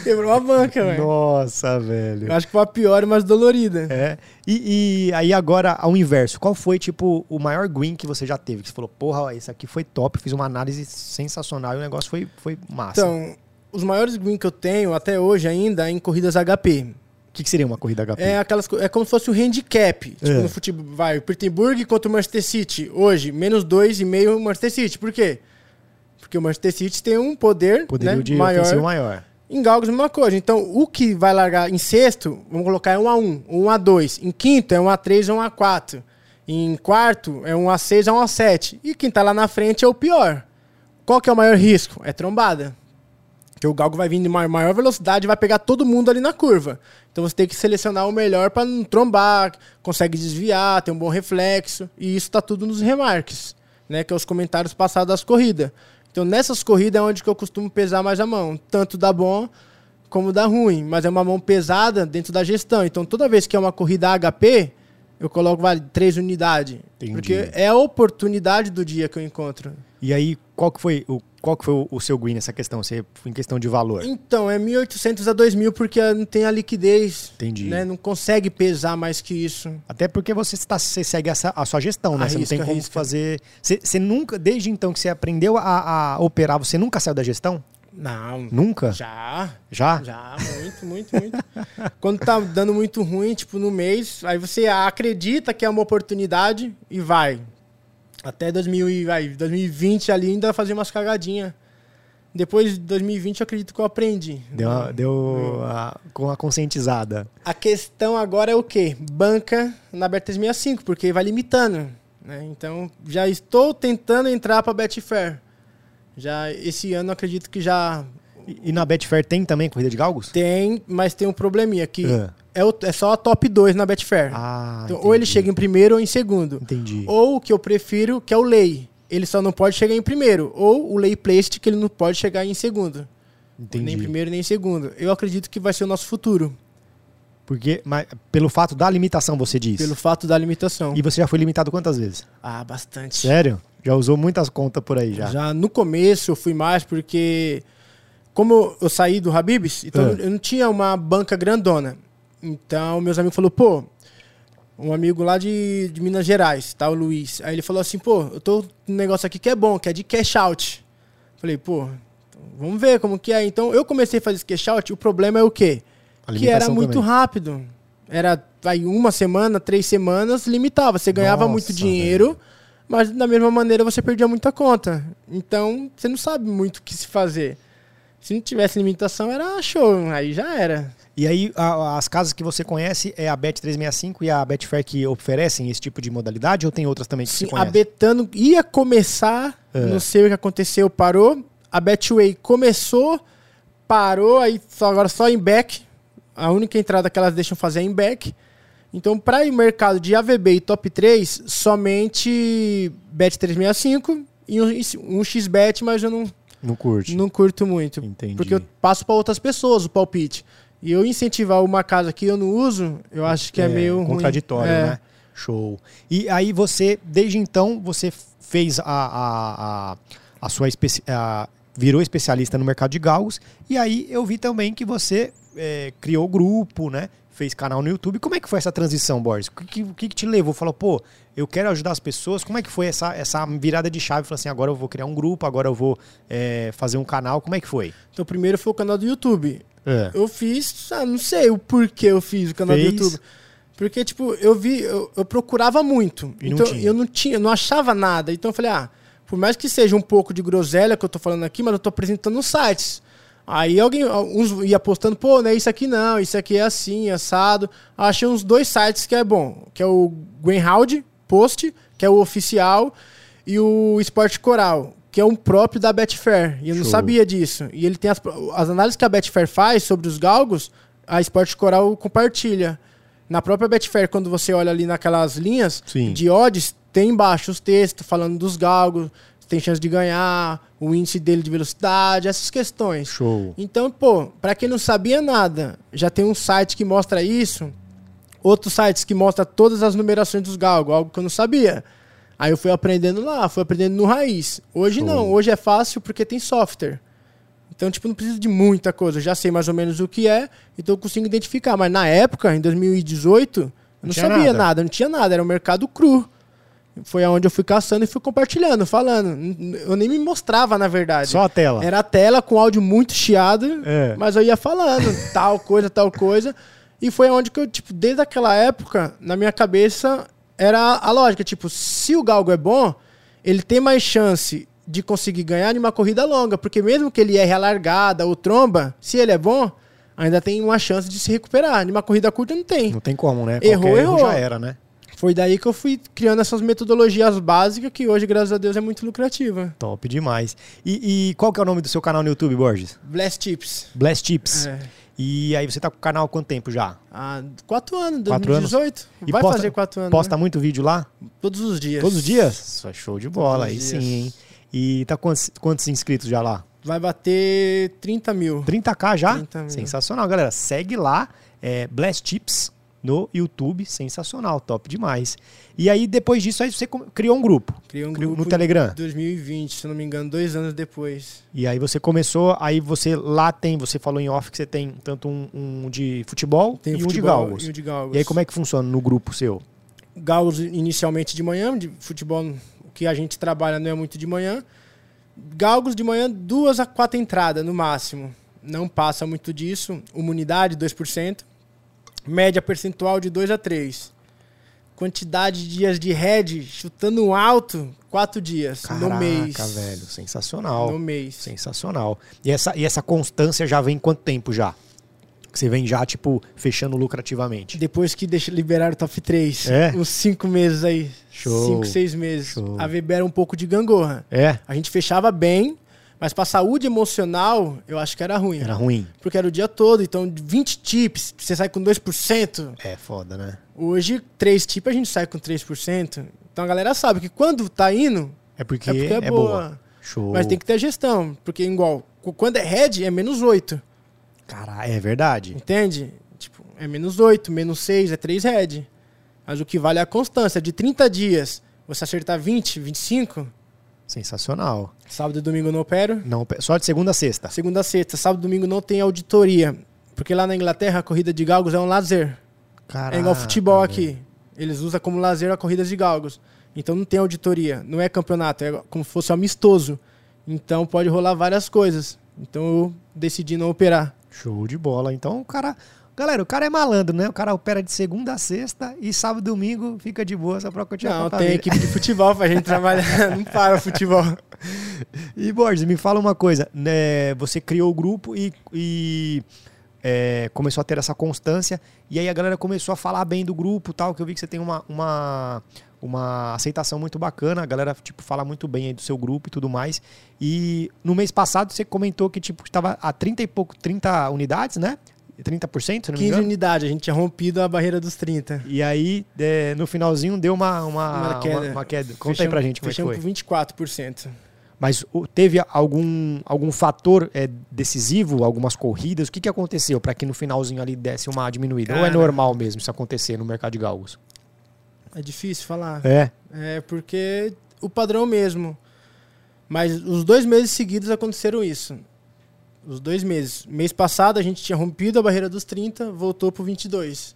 S2: Quebrou a banca, velho.
S1: Nossa, velho.
S2: Eu acho que foi a pior, mas dolorida.
S1: É. E, e aí agora, ao inverso, qual foi, tipo, o maior green que você já teve? Que você falou, porra, ó, esse aqui foi top, fiz uma análise sensacional e o negócio foi, foi massa.
S2: Então, os maiores wins que eu tenho até hoje ainda é em corridas HP.
S1: o que, que seria uma corrida HP?
S2: É aquelas co- é como se fosse o handicap. Tipo,
S1: É.
S2: no futebol, vai, o Pittsburgh contra o Manchester City. Hoje, menos 2,5 o Manchester City. Por quê? Porque o Manchester City tem um poder,
S1: Poderio
S2: né,
S1: de
S2: maior.
S1: ofensivo maior.
S2: Em Galgos, mesma coisa. Então, o que vai largar em sexto, vamos colocar é 1x1, 1x2. Em quinto, é 1x3 ou 1x4. Em quarto, é 1x6 ou 1x7. E quem tá lá na frente é o pior. Qual que é o maior risco? É trombada. Porque o galgo vai vir de ma- maior velocidade e vai pegar todo mundo ali na curva. Então você tem que selecionar o melhor para não trombar, consegue desviar, tem um bom reflexo. E isso tá tudo nos remarques, né? Que é os comentários passados das corridas. Então nessas corridas é onde que eu costumo pesar mais a mão. Tanto dá bom como dá ruim. Mas é uma mão pesada dentro da gestão. Então toda vez que é uma corrida HP, eu coloco vale, três unidades.
S1: Entendi.
S2: Porque é a oportunidade do dia que eu encontro.
S1: E aí, qual que foi o, qual que foi o, o seu green nessa questão? Você, em questão de valor?
S2: Então, é 1.800 a 2.000 porque não tem a liquidez.
S1: Entendi.
S2: né? Não consegue pesar mais que isso.
S1: Até porque você, está, você segue essa- a sua gestão, né? você não
S2: Arrisca,
S1: tem como
S2: arrisca.
S1: fazer. Você, você nunca, desde então que você aprendeu a, a operar, você nunca saiu da gestão?
S2: Não.
S1: Nunca?
S2: Já,
S1: Já?
S2: já, muito, muito, muito. Quando tá dando muito ruim, tipo, no mês, aí você acredita que é uma oportunidade e vai. Até 2000 e- vai, 2020 ali ainda fazer umas cagadinhas. Depois de 2020 eu acredito que eu aprendi.
S1: Deu, uma- deu a- com a conscientizada.
S2: A questão agora é o quê? Banca na Bet365, porque vai limitando. né? Então, já estou tentando entrar para Betfair. Já esse ano eu acredito que já
S1: E, e na Betfair tem também corrida de galgos?
S2: tem, mas tem um probleminha que
S1: Ah.
S2: é, o- é só a top 2 na Betfair.
S1: Ah,
S2: então, ou ele
S1: entendi.
S2: chega em primeiro ou em segundo.
S1: Entendi.
S2: Ou o que eu prefiro, que é o lei. Ele só não pode chegar em primeiro. Ou o lei placed, que ele não pode chegar em segundo.
S1: Entendi.
S2: Nem em primeiro, nem em segundo. Eu acredito que vai ser o nosso futuro,
S1: Porque, mas, pelo fato da limitação, você diz.
S2: pelo fato da limitação.
S1: E você já foi limitado quantas vezes?
S2: Ah, bastante.
S1: Sério? Já usou muitas contas por aí já.
S2: Já no começo eu fui mais porque como eu saí do Habibs, então
S1: Ah.
S2: eu não tinha uma banca grandona. Então meus amigos falou, pô, um amigo lá de, de Minas Gerais, tá, o Luiz. Aí ele falou assim, pô, eu tô num negócio aqui que é bom, que é de cash out. Falei, pô, então vamos ver como que é. Então eu comecei a fazer esse cash out, o problema é o quê?
S1: A
S2: Que era
S1: limitação
S2: muito
S1: também.
S2: rápido. Era aí uma semana, três semanas, limitava. Você ganhava
S1: Nossa,
S2: muito dinheiro,
S1: velho.
S2: mas da mesma maneira você perdia muita conta. Então você não sabe muito o que se fazer. Se não tivesse limitação, era show, aí já era.
S1: E aí, a- as casas que você conhece é a Bet365 e a Betfair que oferecem esse tipo de modalidade ou tem outras também que
S2: Sim,
S1: você
S2: a
S1: conhece?
S2: Betano ia começar,
S1: É.
S2: não sei o que aconteceu, parou. A Betway começou, parou, aí só, agora só em back. A única entrada que elas deixam fazer é em back. Então, para o mercado de AVB e top 3, somente Bet365 e um, um XBet, mas eu não,
S1: Não curte.
S2: não curto muito.
S1: Entendi.
S2: Porque eu passo para outras pessoas o palpite. E eu incentivar uma casa que eu não uso, eu acho que é, meio ruim.
S1: contraditório,
S2: É.
S1: né? Show. E aí você, desde então, você fez a, a, a, a sua especi a- virou especialista no mercado de galgos. E aí eu vi também que você é, criou grupo, né? Fez canal no YouTube. Como é que foi essa transição, Boris? O que, que- o que que te levou? Falou, pô, eu quero ajudar as pessoas. Como é que foi essa, essa virada de chave? Falou assim, agora eu vou criar um grupo, agora eu vou é, fazer um canal. Como é que foi?
S2: Então, primeiro foi o canal do YouTube.
S1: É.
S2: Eu fiz, ah, não sei o porquê eu fiz o canal
S1: Fez.
S2: do YouTube. Porque, tipo, eu vi, eu, eu procurava muito.
S1: E não
S2: então,
S1: tinha.
S2: eu não tinha, eu não achava nada. Então eu falei, ah, por mais que seja um pouco de groselha que eu tô falando aqui, mas eu tô apresentando sites. Aí alguém, uns ia postando, pô, né, isso aqui não, isso aqui é assim, assado. Achei uns dois sites que é bom, que é o Greenhound Post, que é o oficial, e o Esporte Coral, que é um próprio da Betfair. E eu não
S1: Show.
S2: sabia disso. E ele tem as, as análises que a Betfair faz sobre os galgos, a Esporte Coral compartilha. Na própria Betfair, quando você olha ali naquelas linhas
S1: Sim.
S2: de odds, tem embaixo os textos falando dos galgos, tem chance de ganhar, o índice dele de velocidade, essas questões.
S1: Show.
S2: Então, pô, pra quem não sabia nada, já tem um site que mostra isso, outros sites que mostra todas as numerações dos galgos, algo que eu não sabia. Aí eu fui aprendendo lá, fui aprendendo no raiz. Hoje
S1: Show.
S2: não, hoje é fácil porque tem software. Então, tipo, não precisa de muita coisa, eu já sei mais ou menos o que é, então eu consigo identificar. Mas na época, em 2018, eu não,
S1: tinha
S2: sabia
S1: nada.
S2: nada, não tinha nada, era um mercado cru. Foi aonde eu fui caçando e fui compartilhando, falando. N- n- Eu nem me mostrava, na verdade.
S1: Só a tela.
S2: Era a tela com áudio muito chiado,
S1: É.
S2: mas eu ia falando tal coisa, tal coisa. E foi onde que eu, tipo, desde aquela época, na minha cabeça, era a lógica. Tipo, se o Galgo é bom, ele tem mais chance de conseguir ganhar de uma corrida longa. Porque mesmo que ele erre a largada ou tromba, se ele é bom, ainda tem uma chance de se recuperar. De uma corrida curta não tem.
S1: Não tem como, né?
S2: Errou,
S1: Qualquer erro
S2: errou.
S1: já era, né?
S2: Foi daí que eu fui criando essas metodologias básicas que hoje, graças a Deus, é muito lucrativa.
S1: Top demais. E, e qual que é o nome do seu canal no YouTube, Borges?
S2: Blast Tips.
S1: Blast Tips.
S2: É.
S1: E aí você tá com o canal há quanto tempo já?
S2: Há Ah, quatro anos,
S1: Quatro anos?
S2: 2018.
S1: E
S2: Vai
S1: posta-
S2: fazer quatro anos.
S1: Posta muito vídeo lá?
S2: né? Todos os dias.
S1: Todos os dias? Isso é show de bola, aí
S2: os
S1: sim,
S2: dias.
S1: hein? E tá quantos, quantos inscritos já lá?
S2: Vai bater 30 mil.
S1: 30k já?
S2: 30 mil.
S1: Sensacional, galera. Segue lá, é, Blast Tips no YouTube. Sensacional, top demais. E aí, depois disso, aí você com- criou um grupo.
S2: Criei um
S1: Criou
S2: grupo
S1: no Telegram.
S2: em 2020, se eu não me engano, dois anos depois.
S1: E aí você começou, aí você lá tem, você falou em off que você tem tanto um, um de futebol
S2: Tem
S1: e um de
S2: futebol
S1: galgos.
S2: E um de galgos.
S1: E aí como é que funciona no grupo seu?
S2: Galgos inicialmente de manhã, de futebol o que a gente trabalha não é muito de manhã. Galgos de manhã, duas a quatro entradas no máximo. Não passa muito disso. Uma unidade, 2%. Média percentual de 2 a 3. Quantidade de dias de head chutando um alto, quatro dias no mês.
S1: velho, sensacional.
S2: No mês.
S1: Sensacional. E essa, e essa constância já vem quanto tempo já? Que você vem já, tipo, fechando lucrativamente.
S2: Depois que deixa, liberaram o top 3.
S1: É?
S2: Uns 5 meses aí.
S1: Show.
S2: 5, 6 meses.
S1: Show.
S2: A Weber era um pouco de gangorra.
S1: É?
S2: A gente fechava bem, mas pra saúde emocional, eu acho que era ruim.
S1: Era ruim.
S2: Porque era o dia todo, então 20 tips, você sai com 2%.
S1: É foda, né?
S2: Hoje, 3 tips, a gente sai com 3%. Então a galera sabe que quando tá indo,
S1: É porque
S2: é
S1: é,
S2: porque é,
S1: boa.
S2: boa.
S1: Show.
S2: Mas tem que ter gestão, porque igual, quando é head, é menos 8,
S1: Caralho, é verdade.
S2: entende? Tipo, é menos 8, menos 6, é 3 head. Mas o que vale é a constância. De 30 dias, você acertar 20, 25,
S1: Sensacional.
S2: sábado e domingo eu não opero.
S1: Não, pe- só de segunda a sexta.
S2: Segunda a sexta, sábado e domingo não tem auditoria. Porque lá na Inglaterra a corrida de galgos é um lazer.
S1: Caraca,
S2: é igual futebol
S1: velho.
S2: aqui. Eles usam como lazer a corrida de galgos. Então não tem auditoria, não é campeonato, é como se fosse um amistoso. Então pode rolar várias coisas. Então eu decidi não operar.
S1: Show de bola. Então o cara. Galera, o cara é malandro, né? O cara opera de segunda a sexta e sábado e domingo fica de boa só pra continuar
S2: Não,
S1: com a
S2: tem
S1: família.
S2: equipe de futebol pra gente trabalhar. não para o futebol.
S1: Tá E Borges, me fala uma coisa. Né, você criou o grupo e, e, é, começou a ter essa constância. E aí a galera começou a falar bem do grupo tal, que eu vi que você tem uma, uma, uma aceitação muito bacana. A galera, tipo, fala muito bem aí do seu grupo e tudo mais. E no mês passado você comentou que, tipo, estava a 30 e pouco, 30 unidades, né? 30%, se não me
S2: 15
S1: engano.
S2: unidades, a gente tinha rompido a barreira dos 30.
S1: E aí, é, no finalzinho, deu uma, uma, uma
S2: Uma
S1: queda.
S2: queda.
S1: Uma, queda. Conta aí pra gente como é que foi.
S2: fechamos com 24%.
S1: Mas o- teve algum, algum fator é, decisivo, algumas corridas? O que, que aconteceu para que no finalzinho ali desse uma diminuída? Ou é
S2: Cara.
S1: normal mesmo isso acontecer no mercado de galgos?
S2: É difícil falar.
S1: É.
S2: É porque o padrão mesmo. Mas os dois meses seguidos aconteceram isso. Os dois meses. Mês passado a gente tinha rompido a barreira dos 30, voltou pro 22.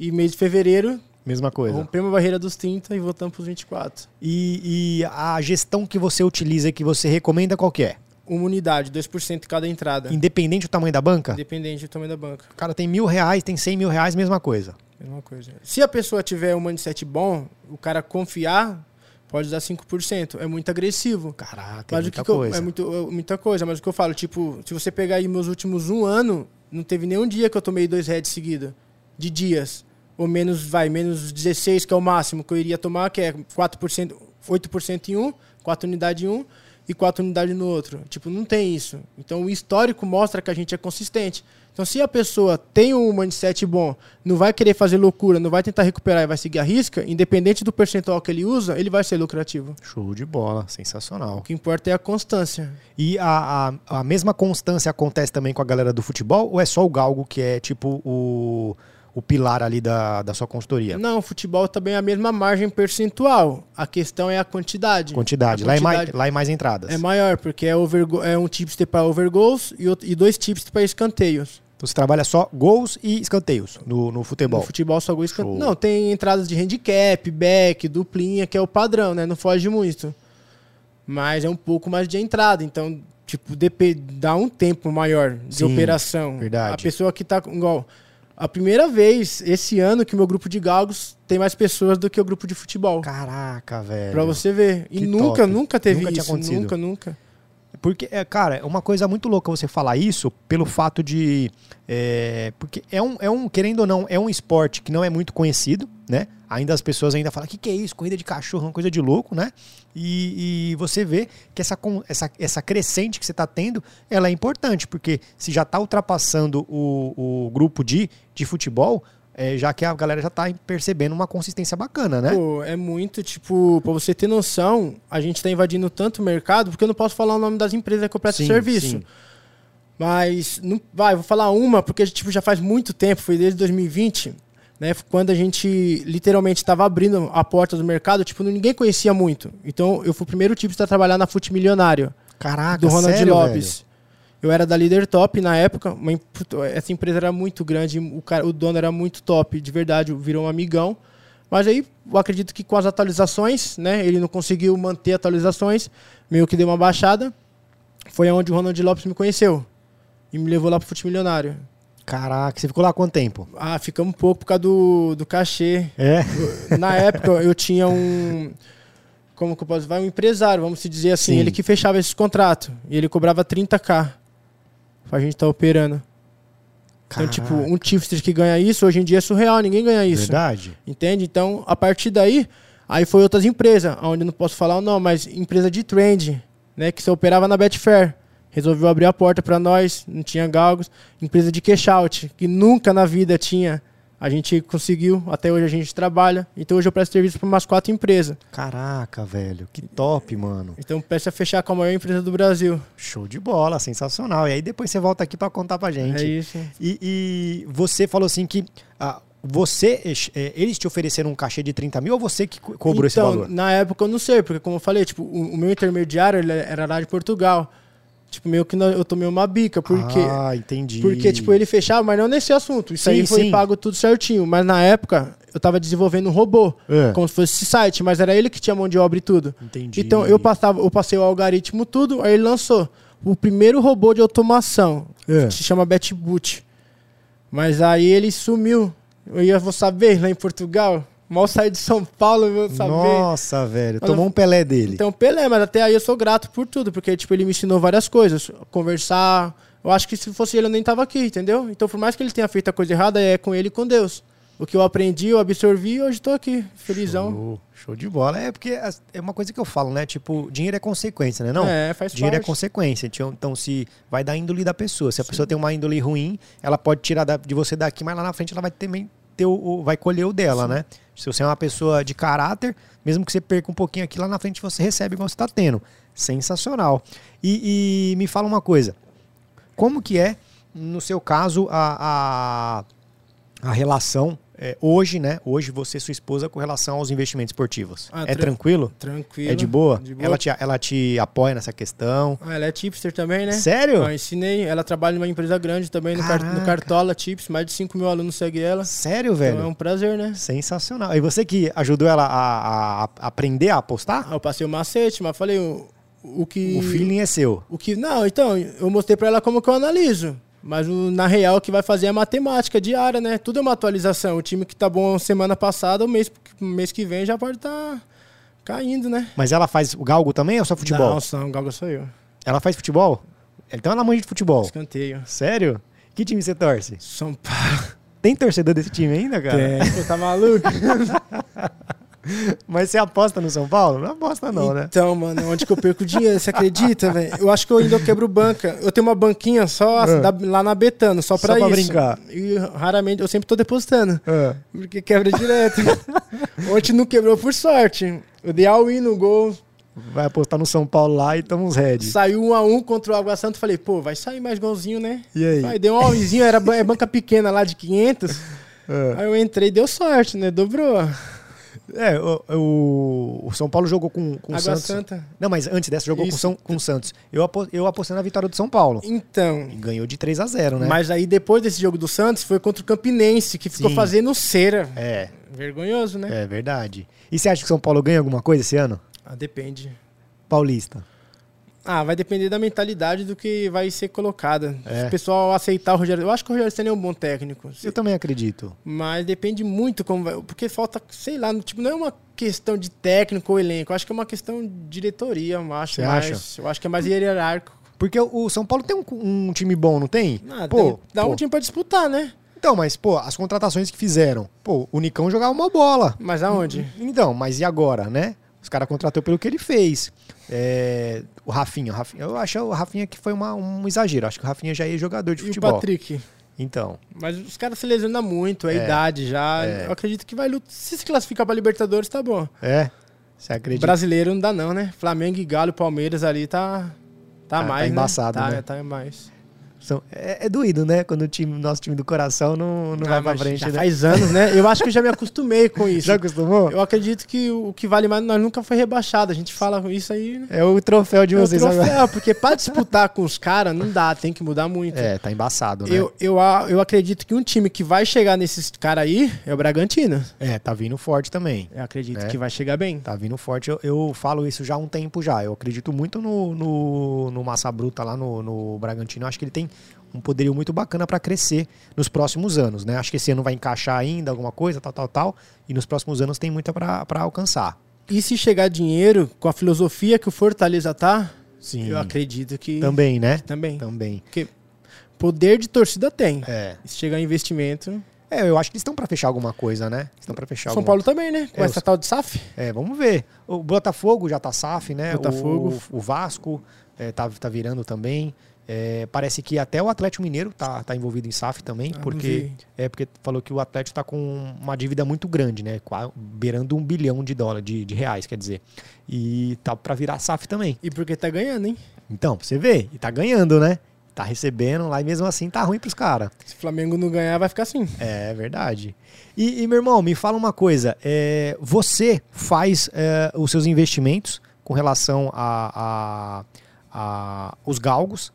S2: E mês de fevereiro,
S1: Mesma coisa.
S2: rompemos a barreira dos 30 e voltamos pros 24.
S1: E, e a gestão que você utiliza, que você recomenda, qual que é?
S2: Uma unidade, 2% cada entrada.
S1: Independente do tamanho da banca?
S2: Independente do tamanho da banca. É
S1: O cara tem mil reais, tem cem mil reais, mesma coisa.
S2: Mesma coisa. Se a pessoa tiver um mindset bom, o cara confiar, Pode dar 5%. É muito agressivo.
S1: Caraca, é
S2: Mas o
S1: muita
S2: que que eu-
S1: coisa.
S2: é muito, é muita coisa, mas o que eu falo, tipo, se você pegar aí meus últimos um ano, não teve nenhum dia que eu tomei dois heads seguido. De dias. Ou menos, vai, menos 16, que é o máximo que eu iria tomar, que é 4%, 8% em um, 4 unidades em um e 4 unidades no outro. Tipo, não tem isso. Então o histórico mostra que a gente é consistente. Então se a pessoa tem um mindset bom, não vai querer fazer loucura, não vai tentar recuperar e vai seguir a risca, independente do percentual que ele usa, ele vai ser lucrativo.
S1: Show de bola, sensacional.
S2: O que importa é a constância.
S1: E a, a, a mesma constância acontece também com a galera do futebol ou é só o galgo que é tipo o, o pilar ali da, da sua consultoria?
S2: Não, futebol também é a mesma margem percentual. A questão é a quantidade.
S1: Quantidade.
S2: A
S1: Lá, é mais,
S2: quantidade
S1: lá é mais entradas.
S2: é maior, porque é, overgo- é um tipster para overgoals e, outro- e dois tipster para escanteios.
S1: Então você trabalha só gols e escanteios no, no futebol.
S2: No futebol só gol e
S1: Show.
S2: escanteio. Não, tem entradas de handicap, back, duplinha, que é o padrão, né? Não foge muito. Mas é um pouco mais de entrada, então, tipo, depe- dá um tempo maior de
S1: Sim,
S2: operação.
S1: verdade.
S2: A pessoa que tá com- igual. A primeira vez esse ano que meu grupo de galgos tem mais pessoas do que o grupo de futebol.
S1: Caraca, velho.
S2: Pra você ver. E
S1: É. Que
S2: nunca,
S1: top.
S2: nunca teve
S1: Nunca tinha
S2: isso.
S1: acontecido.
S2: Nunca, nunca.
S1: Porque, é, cara, é uma coisa muito louca você falar isso pelo fato de. é, porque é um, é um, querendo ou não, é um esporte que não é muito conhecido, né? Ainda as pessoas ainda falam, que, que é isso? Corrida de cachorro, é uma coisa de louco, né? E, e você vê que essa, con- essa, essa crescente que você está tendo, ela é importante, porque se já está ultrapassando o, o grupo de, de futebol, é, já que a galera já está percebendo uma consistência bacana, né?
S2: Pô, é muito, tipo, pra você ter noção, a gente tá invadindo tanto o mercado, porque eu não posso falar o nome das empresas que eu presto
S1: Sim,
S2: serviço.
S1: sim.
S2: Mas, não, vai, vou falar uma, porque tipo, já faz muito tempo, foi desde 2020, né? Quando a gente literalmente estava abrindo a porta do mercado, tipo, ninguém conhecia muito. Então, eu fui o primeiro tipo a trabalhar na Fute Milionário
S1: Caraca,
S2: do Ronald
S1: sério,
S2: Lopes.
S1: velho?
S2: Eu era da Líder Top na época, uma em- puto, essa empresa era muito grande, o, cara, o dono era muito top, de verdade, virou um amigão. Mas aí, eu acredito que com as atualizações, né, ele não conseguiu manter atualizações, meio que deu uma baixada. Foi onde o Ronald Lopes me conheceu e me levou lá pro Fute Milionário.
S1: Caraca, você ficou lá há quanto tempo?
S2: Ah, ficamos pouco por causa do, do cachê.
S1: É?
S2: Na época, eu tinha um. Como que eu posso vai Um empresário, vamos se dizer assim.
S1: Sim.
S2: Ele que fechava esses contratos. E ele cobrava 30k pra gente estar operando. Então, tipo,
S1: Caraca.
S2: um tipster que ganha isso, hoje em dia é surreal, ninguém ganha isso.
S1: né? Verdade?
S2: Entende? Então, a partir daí, aí foi outras empresas, onde eu não posso falar não, mas empresa de trend, né? Que você operava na Betfair. Resolveu abrir a porta pra nós, não tinha galgos. Empresa de cash out, que nunca na vida tinha. A gente conseguiu, até hoje a gente trabalha. Então hoje eu presto serviço para umas quatro empresas.
S1: Caraca, velho, que top, mano.
S2: Então peço a fechar com a maior empresa do Brasil.
S1: Show de bola, sensacional. E aí depois você volta aqui pra contar pra gente.
S2: É isso.
S1: E, e você falou assim que ah, você eh, eles te ofereceram um cachê de 30 mil ou você que co- cobrou esse
S2: Então,
S1: valor?
S2: Na época eu não sei, porque como eu falei, tipo, o, o meu intermediário ele era lá de Portugal. Tipo, meio que não- eu tomei uma bica, porque
S1: Ah, entendi.
S2: Porque, tipo, ele fechava, mas não nesse assunto. Isso
S1: Sim,
S2: aí foi
S1: sim.
S2: pago tudo certinho. Mas na época, eu tava desenvolvendo um robô.
S1: É.
S2: Como se fosse esse site, mas era ele que tinha mão de obra e tudo.
S1: Entendi.
S2: Então eu passava, eu passei o algoritmo tudo, aí ele lançou o primeiro robô de automação.
S1: É.
S2: Que se chama Batboot. Mas aí ele sumiu. Eu ia vou saber lá em Portugal. Mal saí de São Paulo, eu vou saber.
S1: Nossa, velho,
S2: Mas eu-
S1: tomou um Pelé dele.
S2: Então, Pelé, mas até aí eu sou grato por tudo, porque, tipo, ele me ensinou várias coisas. Conversar. Eu acho que se fosse ele, eu nem tava aqui, entendeu? Então, por mais que ele tenha feito a coisa errada, é com ele e com Deus. O que eu aprendi, eu absorvi e hoje tô aqui, felizão.
S1: Show, show de bola. então, É porque as- é uma coisa que eu falo, né? Tipo, dinheiro é consequência, né? Não?
S2: É, faz
S1: dinheiro é
S2: parte.
S1: consequência. Então, então, se vai da índole da pessoa. Se a pessoa tem uma índole ruim, ela pode tirar da- de você daqui, mas lá na frente ela vai também ter o, o- vai colher o dela, né? Se você é uma pessoa de caráter, mesmo que você perca um pouquinho aqui, lá na frente você recebe igual você está tendo. Sensacional. E, e me fala uma coisa. Como que é, no seu caso, a, a, a relação é, hoje, né? Hoje você e sua esposa com relação aos investimentos esportivos.
S2: Ah,
S1: é
S2: tran-
S1: tranquilo?
S2: Tranquilo.
S1: É de boa?
S2: De boa.
S1: Ela, te, ela te apoia nessa questão?
S2: Ah, ela é tipster também, né?
S1: Sério?
S2: Eu ensinei. Ela trabalha numa empresa grande também, no, car- no
S1: Caraca.
S2: Cartola Tips. Mais de 5 mil alunos seguem ela.
S1: Sério,
S2: Então
S1: velho?
S2: é um prazer, né?
S1: Sensacional. E você que ajudou ela a, a- a aprender a apostar?
S2: Ah, eu passei o macete, mas falei, o, o que...
S1: O feeling é seu.
S2: O que não, então, eu mostrei pra ela como que eu analiso. Mas o- na real o que vai fazer é matemática diária, né? Tudo é uma atualização. O time que tá bom semana passada, o mês, o mês que vem já pode estar Caindo, né?
S1: Mas ela faz o galgo também ou só futebol?
S2: Não, são, o Galga sou eu.
S1: Ela faz futebol? Então ela manja de futebol.
S2: Escanteio.
S1: Sério? Que time você torce?
S2: São Paulo.
S1: Tem torcedor desse time ainda, cara?
S2: Tem. Você tá maluco?
S1: Mas você aposta no São Paulo? Não aposta não, né?
S2: Então, mano, onde que eu perco dinheiro? Você acredita, velho? Eu acho que eu ainda quebro banca. Eu tenho uma banquinha só
S1: Ah.
S2: da- lá na Betano, só pra
S1: Só pra
S2: isso.
S1: brincar.
S2: E raramente, eu sempre tô depositando.
S1: Ah,
S2: Porque quebra direto. Ontem não quebrou por sorte. Eu dei all in no gol.
S1: vai apostar no São Paulo lá e toma uns red.
S2: Saiu um a um contra o Água Santa. Falei, pô, vai sair mais golzinho, né?
S1: E aí?
S2: Aí deu um all inzinho, era ba- é banca pequena lá de 500.
S1: Ah.
S2: Aí eu entrei, deu sorte, né? Dobrou.
S1: É, o, o- o São Paulo jogou com, com o
S2: Água
S1: Santos.
S2: Santa.
S1: Não, mas antes dessa jogou com,
S2: Isso.
S1: São, com o Santos. Eu, apo- eu apostei na vitória do São Paulo.
S2: Então.
S1: E ganhou de 3 a 0 né?
S2: Mas aí depois desse jogo do Santos foi contra o Campinense, que ficou
S1: Sim.
S2: fazendo cera.
S1: É,
S2: Vergonhoso, né?
S1: é verdade. E você acha que o São Paulo ganha alguma coisa esse ano?
S2: Ah, depende.
S1: Paulista.
S2: Ah, vai depender da mentalidade do que vai ser colocada.
S1: É.
S2: Se o pessoal aceitar o Rogério. Eu acho que o Rogério Senna é um bom técnico.
S1: Eu também acredito.
S2: Mas depende muito como vai. Porque falta, sei lá, tipo, não é uma questão de técnico ou elenco. Eu acho que é uma questão de diretoria, eu acho.
S1: Você
S2: mais,
S1: acha?
S2: Eu acho que é mais hierárquico.
S1: Porque o o São Paulo tem um, um time bom, não tem?
S2: Ah,
S1: pô,
S2: tem- dá
S1: pô.
S2: um time pra disputar, né?
S1: Então, mas, pô, as contratações que fizeram. Pô, o Nicão jogava uma bola.
S2: Mas aonde?
S1: Então, mas e agora, né? Os caras contratou pelo que ele fez. É, o, Rafinha, o Rafinha- eu acho o Rafinha que foi uma- um exagero. Acho que o Rafinha já é jogador de
S2: E o
S1: futebol.
S2: Patrick?
S1: Então,
S2: Mas os caras se lesionam muito, é,
S1: É.
S2: idade já. Eu acredito que vai lutar. Se se classificar pra Libertadores, tá bom.
S1: é. Você acredita?
S2: Brasileiro não dá não, né? Flamengo e Galo, Palmeiras ali tá... Tá
S1: Ah, tá
S2: mais,
S1: embaçado,
S2: né? Tá-
S1: né?
S2: Tá, mais.
S1: São- É, é doído, né? Quando o time, nosso time do coração não, não
S2: Ah,
S1: vai pra
S2: mas
S1: frente,
S2: já
S1: né?
S2: faz anos, né? Eu acho que eu já me acostumei com isso.
S1: Já acostumou?
S2: Eu acredito que o que vale mais nós nunca foi rebaixado. A gente fala isso aí. né?
S1: É o troféu de
S2: É o
S1: vocês
S2: troféu,
S1: agora.
S2: porque pra disputar com os caras não dá, tem que mudar muito.
S1: É, tá embaçado, né?
S2: Eu, eu, a- eu acredito que um time que vai chegar nesses caras aí é o Bragantino.
S1: É, tá vindo forte também.
S2: Eu acredito
S1: É.
S2: que vai chegar bem.
S1: Tá vindo forte. Eu, eu falo isso já há um tempo já. Eu acredito muito no, no, no Massa Bruta lá no, no Bragantino. Eu acho que ele tem um poderio muito bacana pra crescer nos próximos anos, né? Acho que esse ano vai encaixar ainda alguma coisa, tal, tal, tal. E nos próximos anos tem muita pra pra alcançar.
S2: E se chegar dinheiro com a filosofia que o Fortaleza tá,
S1: Sim.
S2: eu acredito que
S1: Também, né?
S2: também.
S1: Também.
S2: Porque poder de torcida tem.
S1: É.
S2: Se chegar investimento.
S1: É, eu acho que eles estão pra fechar alguma coisa, né? Estão pra fechar
S2: São
S1: alguma
S2: Paulo também, né? Com
S1: É,
S2: essa
S1: os-
S2: tal de SAF.
S1: É, vamos ver. O Botafogo já tá saf, né?
S2: Botafogo.
S1: O, o Vasco é, tá, tá virando também. É, parece que até o Atlético Mineiro tá, tá envolvido em SAF também,
S2: Ah, não
S1: porque
S2: vi.
S1: é porque falou que o Atlético tá com uma dívida muito grande, né? Qua- Beirando um bilhão de dólares, de, de reais, quer dizer. E tá pra virar SAF também.
S2: E porque tá ganhando, hein?
S1: Então, pra você vê, e tá ganhando, né? Tá recebendo lá e mesmo assim tá ruim pros caras.
S2: Se o Flamengo não ganhar, vai ficar assim.
S1: É verdade. E, e, meu irmão, me fala uma coisa. é, você faz é, os seus investimentos com relação a, a- a os galgos.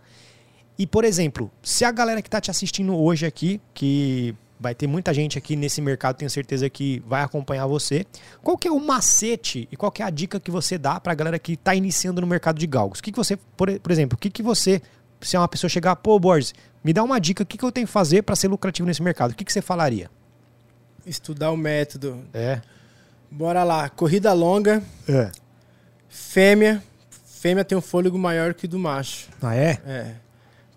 S1: E, por exemplo, se a galera que está te assistindo hoje aqui, que vai ter muita gente aqui nesse mercado, tenho certeza que vai acompanhar você. Qual que é o macete e qual que é a dica que você dá para a galera que está iniciando no mercado de galgos? O que, que você, por, e- por exemplo, o que, que você, se é uma pessoa chegar, pô, Borges, me dá uma dica, o que, que eu tenho que fazer para ser lucrativo nesse mercado? O que, que você falaria?
S2: Estudar o método.
S1: É.
S2: Bora lá. Corrida longa,
S1: é.
S2: fêmea. Fêmea tem um fôlego maior que o do macho.
S1: Ah, é?
S2: É.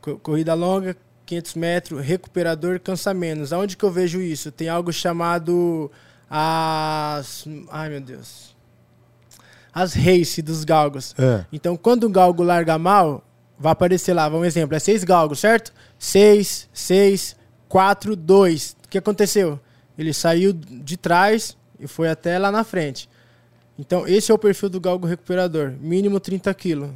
S2: Co- Corrida longa, 500 metros, recuperador, cansa menos. Aonde que eu vejo isso? Tem algo chamado as... Ai, meu Deus. As race dos galgos.
S1: É.
S2: Então, quando o galgo larga mal, vai aparecer lá, um exemplo, é seis galgos, certo? Seis, seis, quatro, dois. O que aconteceu? Ele saiu de trás e foi até lá na frente. Então, esse é o perfil do galgo recuperador, mínimo 30 quilos.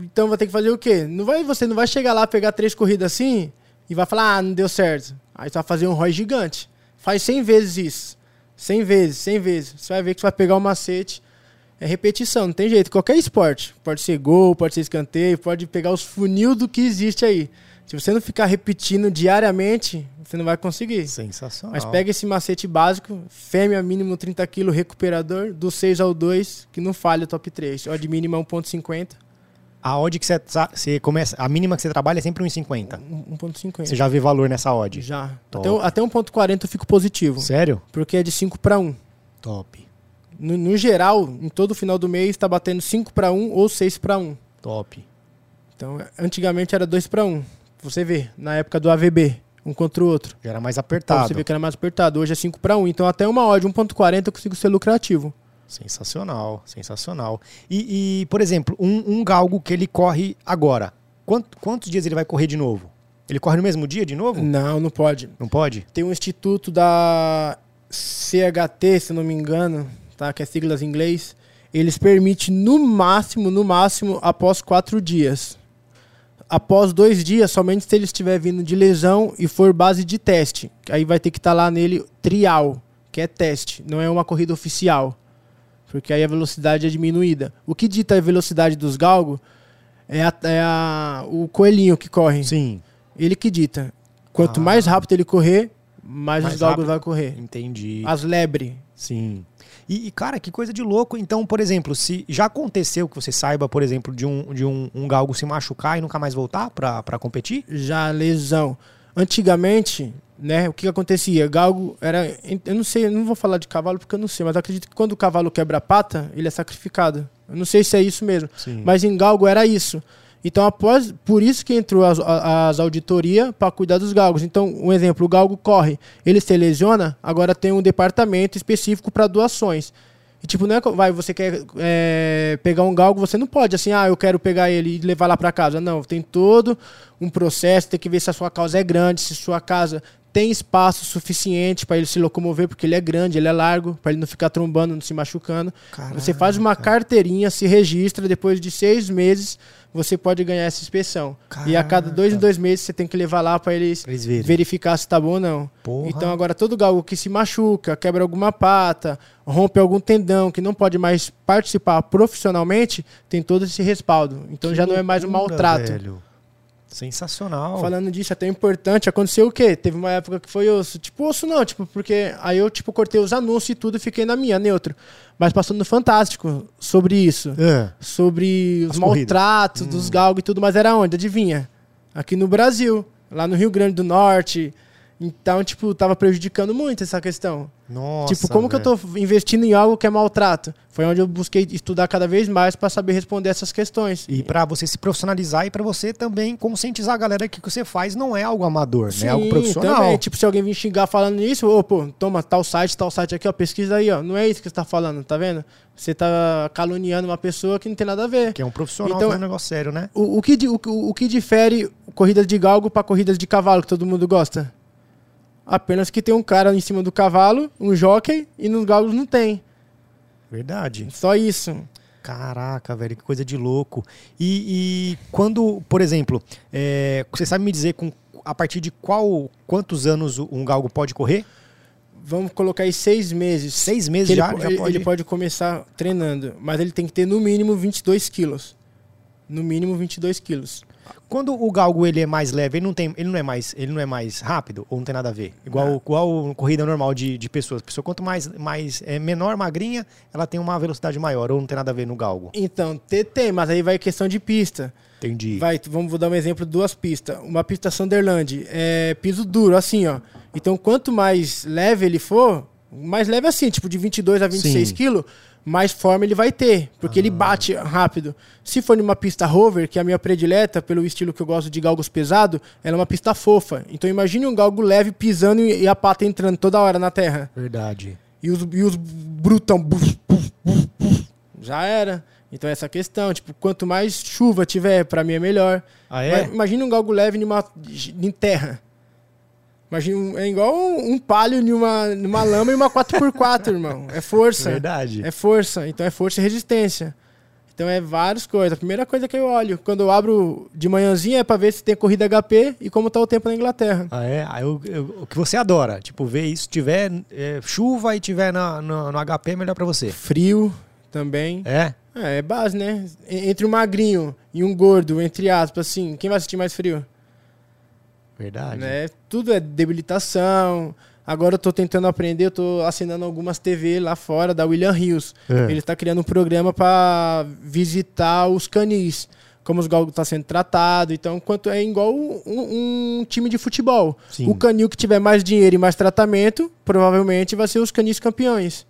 S2: Então, vai ter que fazer o quê? Não vai, você não vai chegar lá, pegar três corridas assim e vai falar, ah, não deu certo. Aí você vai fazer um ROI gigante. Faz 100 vezes isso. 100 vezes, 100 vezes. Você vai ver que você vai pegar o macete. É repetição, não tem jeito. Qualquer esporte. Pode ser gol, pode ser escanteio, pode pegar os funil do que existe aí. Se você não ficar repetindo diariamente, você não vai conseguir.
S1: Sensacional.
S2: Mas pega esse macete básico, fêmea mínimo 30 kg recuperador, do 6 ao 2, que não falha o top 3. Odd é um mínima 1.50.
S1: A odd que você, sa- você começa, a mínima que você trabalha é sempre 1,50.
S2: um- 1.50.
S1: Você já vê valor nessa odd.
S2: Já.
S1: Top.
S2: um Até, o- até 1.40 eu fico positivo.
S1: Sério?
S2: Porque é de 5 para 1.
S1: Top.
S2: No, no geral, em todo final do mês, tá batendo 5 para 1 ou 6 para 1.
S1: Top.
S2: Então, antigamente era 2 para 1. Você vê, na época do AVB, um contra o outro.
S1: Já era mais
S2: Então,
S1: apertado.
S2: você vê que era mais apertado. Hoje é 5 para 1. Então, até uma odd, 1.40, eu consigo ser lucrativo.
S1: Sensacional, sensacional. E, e, por exemplo, um, um galgo que ele corre agora. Quant- quantos dias ele vai correr de novo? Ele corre no mesmo dia de novo?
S2: Não, não pode.
S1: Não pode?
S2: Tem um instituto da CHT, se não me engano, tá? Que é siglas em inglês. Eles permitem no máximo, no máximo, após quatro dias. Após dois dias, somente se ele estiver vindo de lesão e for base de teste. Aí vai ter que estar lá nele trial, que é teste, não é uma corrida oficial. Porque aí a velocidade é diminuída. O que dita a velocidade dos galgos é, a- é a- o coelhinho que corre.
S1: Sim.
S2: Ele que dita. Quanto
S1: Ah.
S2: mais rápido ele correr, mais,
S1: Mais
S2: os galgos
S1: rápido.
S2: vai correr.
S1: Entendi.
S2: As lebre.
S1: Sim. E, e, cara, que coisa de louco. Então, por exemplo, se já aconteceu que você saiba, por exemplo, de um, de um, um galgo se machucar e nunca mais voltar pra, pra competir?
S2: Já lesão. Antigamente, né, o que, que acontecia? Galgo era. Eu não sei, eu não vou falar de cavalo porque eu não sei, mas eu acredito que quando o cavalo quebra a pata, ele é sacrificado. Eu não sei se é isso mesmo.
S1: Sim.
S2: Mas em galgo era isso. Então, após, por isso que entrou as, a- as auditorias para cuidar dos galgos. Então, um exemplo, o galgo corre, ele se lesiona, agora tem um departamento específico para doações. E tipo, não é co- vai, você quer é, pegar um galgo, você não pode assim, ah, eu quero pegar ele e levar lá para casa. Não, tem todo um processo, tem que ver se a sua causa é grande, se sua casa tem espaço suficiente para ele se locomover, porque ele é grande, ele é largo, para ele não ficar trombando, não se machucando. Você faz uma carteirinha, se registra, depois de seis meses você pode ganhar essa inspeção. E a cada dois em dois meses você tem que levar lá para eles
S1: Pra eles verem.
S2: verificar se tá bom ou não.
S1: Porra.
S2: Então agora todo galgo que se machuca, quebra alguma pata, rompe algum tendão, que não pode mais participar profissionalmente, tem todo esse respaldo. Então
S1: Que
S2: já não é mais um
S1: loucura,
S2: maltrato.
S1: velho. Sensacional.
S2: Falando disso, até é importante, aconteceu o quê? Teve uma época que foi osso. Tipo, osso não, tipo, porque aí eu, tipo, cortei os anúncios e tudo e fiquei na minha, neutro. Mas passou no Fantástico sobre isso.
S1: Ah,
S2: Sobre os
S1: As corridas. Hum.
S2: maltratos dos galgos e tudo, mas era onde? Adivinha? Aqui no Brasil, lá no Rio Grande do Norte. Então, tipo, tava prejudicando muito essa questão.
S1: nossa.
S2: tipo, como que eu tô investindo em algo que é maltrato? Foi onde eu busquei estudar cada vez mais pra saber responder essas questões.
S1: E pra você se profissionalizar e pra você também conscientizar a galera que o que você faz não é algo amador, né? É algo
S2: Sim,
S1: profissional.
S2: também. Tipo, se alguém vir xingar falando isso, ô, pô, toma tal site, tal site aqui, ó, pesquisa aí, ó. Não é isso que você tá falando, tá vendo? Você tá caluniando uma pessoa que não tem nada a ver.
S1: Que é um profissional
S2: Então-
S1: então, um negócio sério, né?
S2: O, o que, di- o, o que difere corridas de galgo pra corridas de cavalo, que todo mundo gosta? Apenas que tem um cara em cima do cavalo, um jockey, e nos galgos não tem.
S1: Verdade.
S2: Só isso.
S1: Caraca, velho, que coisa de louco. E, e quando, por exemplo, é, você sabe me dizer com, a partir de qual quantos anos um galgo pode correr?
S2: Vamos colocar aí seis meses.
S1: Seis
S2: Que
S1: meses
S2: ele,
S1: já,
S2: po-
S1: já
S2: ele-
S1: pode.
S2: ele pode começar treinando, mas ele tem que ter no mínimo 22 quilos. No mínimo 22 quilos.
S1: Quando o galgo ele é mais leve, ele não, tem, ele não é mais, ele não é mais rápido ou não tem nada a ver. Igual, igual corrida normal de, de pessoas. A pessoa quanto mais, mais é menor, magrinha, ela tem uma velocidade maior ou não tem nada a ver no galgo.
S2: Então, te- tem, mas aí vai questão de pista.
S1: Entendi.
S2: Vai, vamos vou dar um exemplo de duas pistas. Uma pista Sunderland, é piso duro, assim, ó. Então, quanto mais leve ele for, mais leve assim, tipo de 22 a 26
S1: Sim.
S2: quilos, mais forma ele vai ter, porque ele bate rápido. Se for numa pista rover, que é a minha predileta, pelo estilo que eu gosto de galgos pesado, ela é uma pista fofa. Então, imagine um galgo leve pisando e e a pata entrando toda hora na terra.
S1: Verdade.
S2: E os, e os brutão. buf, buf, buf, buf, já era. Então essa questão, tipo, quanto mais chuva tiver, pra mim é melhor.
S1: Ah, é?
S2: Mas Imagina um galgo leve numa, em terra. Imagina, um- é igual um, um palio numa, numa lama e uma 4x4, irmão. É força.
S1: Verdade.
S2: É força. Então é força e resistência. Então é várias coisas. A primeira coisa que eu olho quando eu abro de manhãzinha é pra ver se tem corrida HP e como tá o tempo na Inglaterra.
S1: Ah, é? Aí eu- eu- o que você adora, tipo, ver isso, tiver é, chuva e tiver na, na- no HP, é melhor pra você.
S2: Frio também.
S1: É?
S2: É, é base, né? E- Entre um magrinho e um gordo, entre aspas, assim, quem vai sentir mais frio?
S1: Verdade.
S2: Né? Tudo é debilitação. Agora eu tô tentando aprender, eu tô assinando algumas TV lá fora da William Rios.
S1: É.
S2: Ele tá criando um programa para visitar os canis, como os galgos tá sendo tratado. Então, quanto é igual um, um time de futebol.
S1: Sim.
S2: O canil que tiver mais dinheiro e mais tratamento, provavelmente vai ser os canis campeões.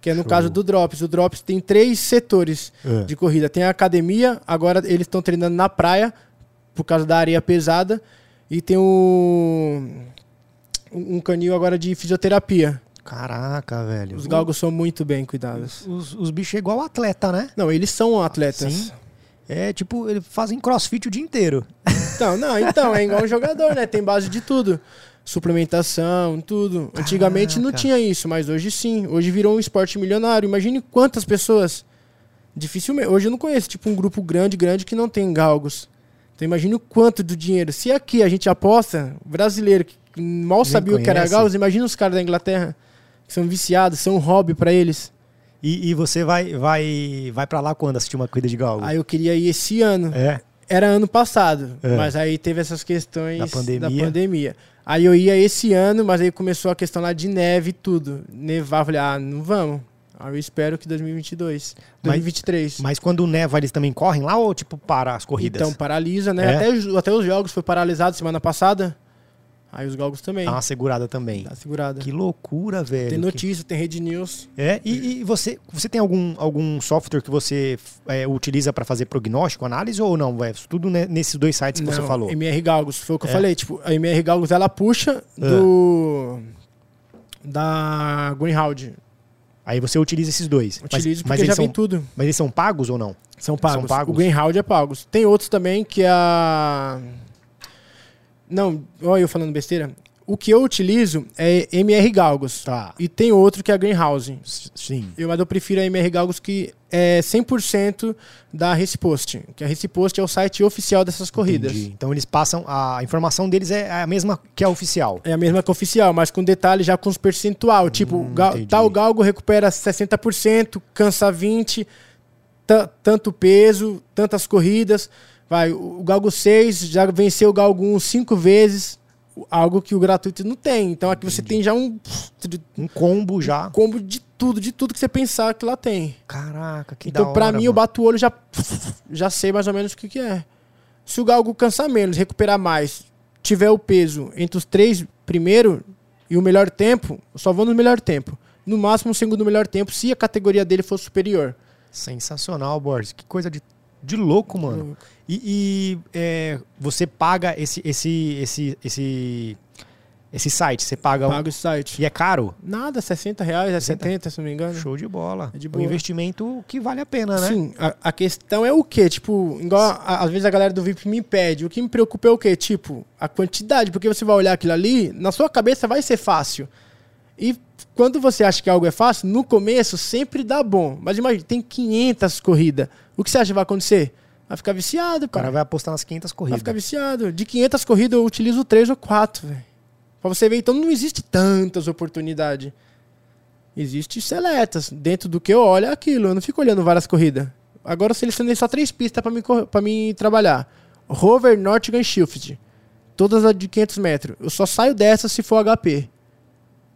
S2: Que é no
S1: Show.
S2: caso do Drops. O Drops tem três setores
S1: É.
S2: de corrida. Tem a academia, agora eles estão treinando na praia, por causa da areia pesada. E tem um, um canil agora de fisioterapia.
S1: Caraca, velho.
S2: Os galgos são muito bem cuidados.
S1: Os, os bichos é igual atleta, né?
S2: Não, eles são atletas.
S1: Sim. É tipo, eles fazem crossfit o dia inteiro.
S2: Então, não, então, é igual um jogador, né? Tem base de tudo. Suplementação, tudo. Antigamente não
S1: Caraca.
S2: tinha isso, mas hoje sim. Hoje virou um esporte milionário. Imagine quantas pessoas. Dificilmente. Hoje eu não conheço, tipo, um grupo grande, grande que não tem galgos. Então imagine o quanto do dinheiro. Se aqui a gente aposta, brasileiro que mal
S1: Nem
S2: sabia o que era
S1: conhece.
S2: galgos, imagina os caras da Inglaterra que são viciados, são um hobby pra eles.
S1: E, e você vai vai vai para lá quando assistir uma corrida de galgo?
S2: Aí eu queria ir esse ano.
S1: É.
S2: Era ano passado,
S1: É.
S2: mas aí teve essas questões
S1: Da
S2: da
S1: pandemia.
S2: pandemia. Aí eu ia esse ano, mas aí começou a questão lá de neve e tudo. Nevar, eu falei, ah, não vamos. Aí eu espero que 2022,
S1: Mas-
S2: 2023.
S1: Mas quando neva, eles também correm lá ou tipo para as corridas?
S2: então paralisa, né?
S1: É.
S2: Até, os- até os jogos foi paralisado semana passada. Aí os jogos também.
S1: Dá uma segurada também.
S2: Tá segurada.
S1: Que loucura, velho.
S2: tem
S1: Que-
S2: notícia, tem rede news.
S1: É, e, e você, você tem algum, algum software que você é, utiliza para fazer prognóstico, análise ou não? É tudo ne- nesses dois sites que você
S2: Não,
S1: falou.
S2: MR Galgos, foi o que
S1: É.
S2: eu falei. Tipo, a MR Galgos ela puxa do. Da Greenhound.
S1: Aí você utiliza esses dois. Mas-
S2: Utilizo
S1: mas,
S2: porque já
S1: eles
S2: vem
S1: são,
S2: tudo.
S1: mas eles são pagos ou não?
S2: São pagos.
S1: São pagos?
S2: O Greenhound é pagos. Tem outros também que a. Não, olha eu falando besteira. O que eu utilizo é MR Galgos.
S1: Tá.
S2: E tem outro que é a Greenhouse.
S1: S- Sim.
S2: Eu, mas eu prefiro a MR Galgos que é 100% da Recipost. Que a Recipost é o site oficial dessas corridas.
S1: Entendi. Então eles passam. A informação deles é a mesma que a oficial.
S2: É a mesma que a oficial, mas com detalhe já com os percentual. tipo, gal-
S1: entendi.
S2: tal galgo recupera 60%, cansa 20%, ta- tanto peso, tantas corridas. Vai, o o galgo 6 já venceu o galgo 1 cinco vezes, o- algo que o gratuito não tem. Então aqui você tem já um
S1: Um combo já.
S2: combo de tudo, de tudo que você pensar que lá tem.
S1: Caraca, que da
S2: então,
S1: hora.
S2: pra mim, eu
S1: mano.
S2: bato o olho já já sei mais ou menos o que, que é. Se o galgo cansar menos, recuperar mais, tiver o peso entre os três primeiro e o melhor tempo, eu só vou no melhor tempo. No máximo, o segundo melhor tempo, se a categoria dele for superior.
S1: Sensacional, Borges. Que coisa de, de louco, mano. E, e, é, você paga esse, esse, esse, esse, esse site? Você paga. um-
S2: Paga o site.
S1: E é caro?
S2: Nada, 60 reais, é
S1: 60?
S2: 70, se não me engano.
S1: Show de bola.
S2: É de
S1: Um
S2: boa.
S1: investimento que vale a pena, né?
S2: Sim, a, a questão é o quê? Tipo, igual a- às vezes a galera do VIP me pede. O que me preocupa é o quê? Tipo, a quantidade, porque você vai olhar aquilo ali, na sua cabeça vai ser fácil. E quando você acha que algo é fácil, no começo sempre dá bom. Mas imagina, tem 500 corridas. O que você acha que vai acontecer? Vai ficar viciado,
S1: O cara
S2: cara.
S1: vai apostar nas 500
S2: Vai
S1: corridas.
S2: ficar viciado. De 500 corridas, eu utilizo 3 ou 4, velho. Pra você ver, então não existe tantas oportunidades. Existe seletas. Dentro do que eu olho é aquilo. Eu não fico olhando várias corridas. Agora eu selecionei só três pistas pra mim, cor- pra mim trabalhar. Rover, Nortgun e Shift. Todas as de 500 metros. Eu só saio dessa se for HP.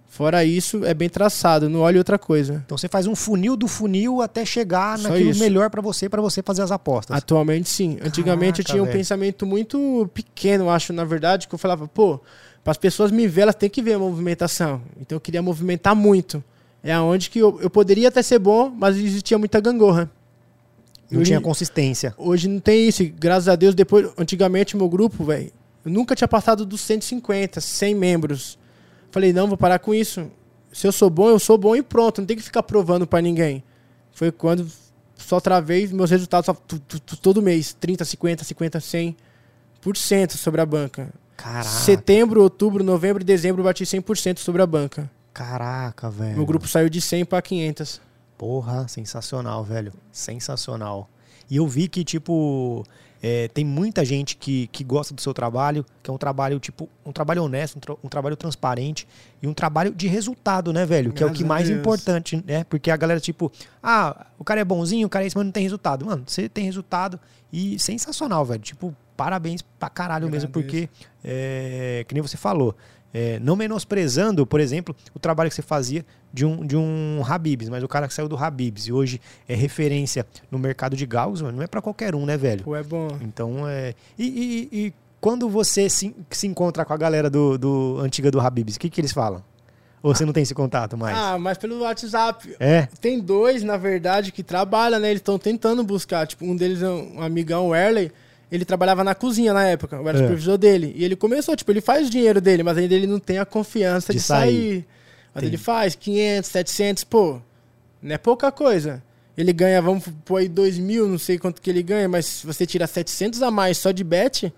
S2: Fora isso, é bem traçado. Não olho outra coisa.
S1: Então você faz um funil do funil até chegar
S2: Só
S1: naquilo
S2: isso.
S1: melhor pra você, pra você fazer as apostas.
S2: Atualmente sim. Antigamente eu
S1: Caraca,
S2: tinha um
S1: velho.
S2: pensamento muito pequeno, eu acho, na verdade, que eu falava, pô, para as pessoas me ver, elas têm que ver a movimentação. Então eu queria movimentar muito. É aonde que eu, eu poderia até ser bom, mas existia muita gangorra.
S1: Não
S2: hoje-
S1: tinha consistência.
S2: Hoje não tem isso. E graças a Deus, depois, antigamente, meu grupo, velho, eu nunca tinha passado dos 150, 100 membros. Falei, não, vou parar com isso. Se eu sou bom, eu sou bom e pronto. Não tem que ficar provando pra ninguém. Foi quando só travei meus resultados só tu- tu- tu- todo mês. 30, 50, 50, 100 por cento sobre a banca.
S1: Caraca,
S2: Setembro, outubro, novembro e dezembro eu bati 100% sobre a banca.
S1: caraca, velho.
S2: Meu grupo saiu de 100 pra 500.
S1: Porra, sensacional, velho. Sensacional. E eu vi que, tipo, é, tem muita gente que, que gosta do seu trabalho, que é um trabalho, tipo, um trabalho honesto, um, tra- um trabalho transparente e um trabalho de resultado, né, velho? Que é o
S2: Graças
S1: que
S2: a
S1: mais é
S2: Deus.
S1: importante, né? Porque a galera, tipo, ah, o cara é bonzinho, o cara é isso, mas não tem resultado. Mano, você tem resultado e sensacional, velho. Tipo, parabéns pra caralho mesmo, porque,
S2: Agradeço.
S1: é, que nem você falou, é, não menosprezando, por exemplo, o trabalho que você fazia de um, de um Habibs, mas o cara que saiu do Habibs e hoje é referência no mercado de Gauss, mano, não é pra qualquer um, né, velho?
S2: Pô, é bom.
S1: Então é. E, e- e- e quando você se, se encontra com a galera do, do antiga do Habibs, o que, que eles falam? Ou você não tem esse contato mais?
S2: Ah, mas pelo WhatsApp.
S1: É?
S2: Tipo, Tem dois, na verdade, que trabalham, né? Eles estão tentando buscar. Tipo, um deles é um amigão, o Erley. Ele trabalhava na cozinha na época, eu era
S1: É.
S2: supervisor dele. E ele começou, tipo, ele faz o dinheiro dele, mas ainda ele não tem a confiança
S1: De
S2: de,
S1: sair.
S2: sair. Mas ele faz 500, 700, pô, não é pouca coisa. Ele ganha, vamos pôr aí 2 mil, não sei quanto que ele ganha, mas se você tirar 700 a mais só de bet,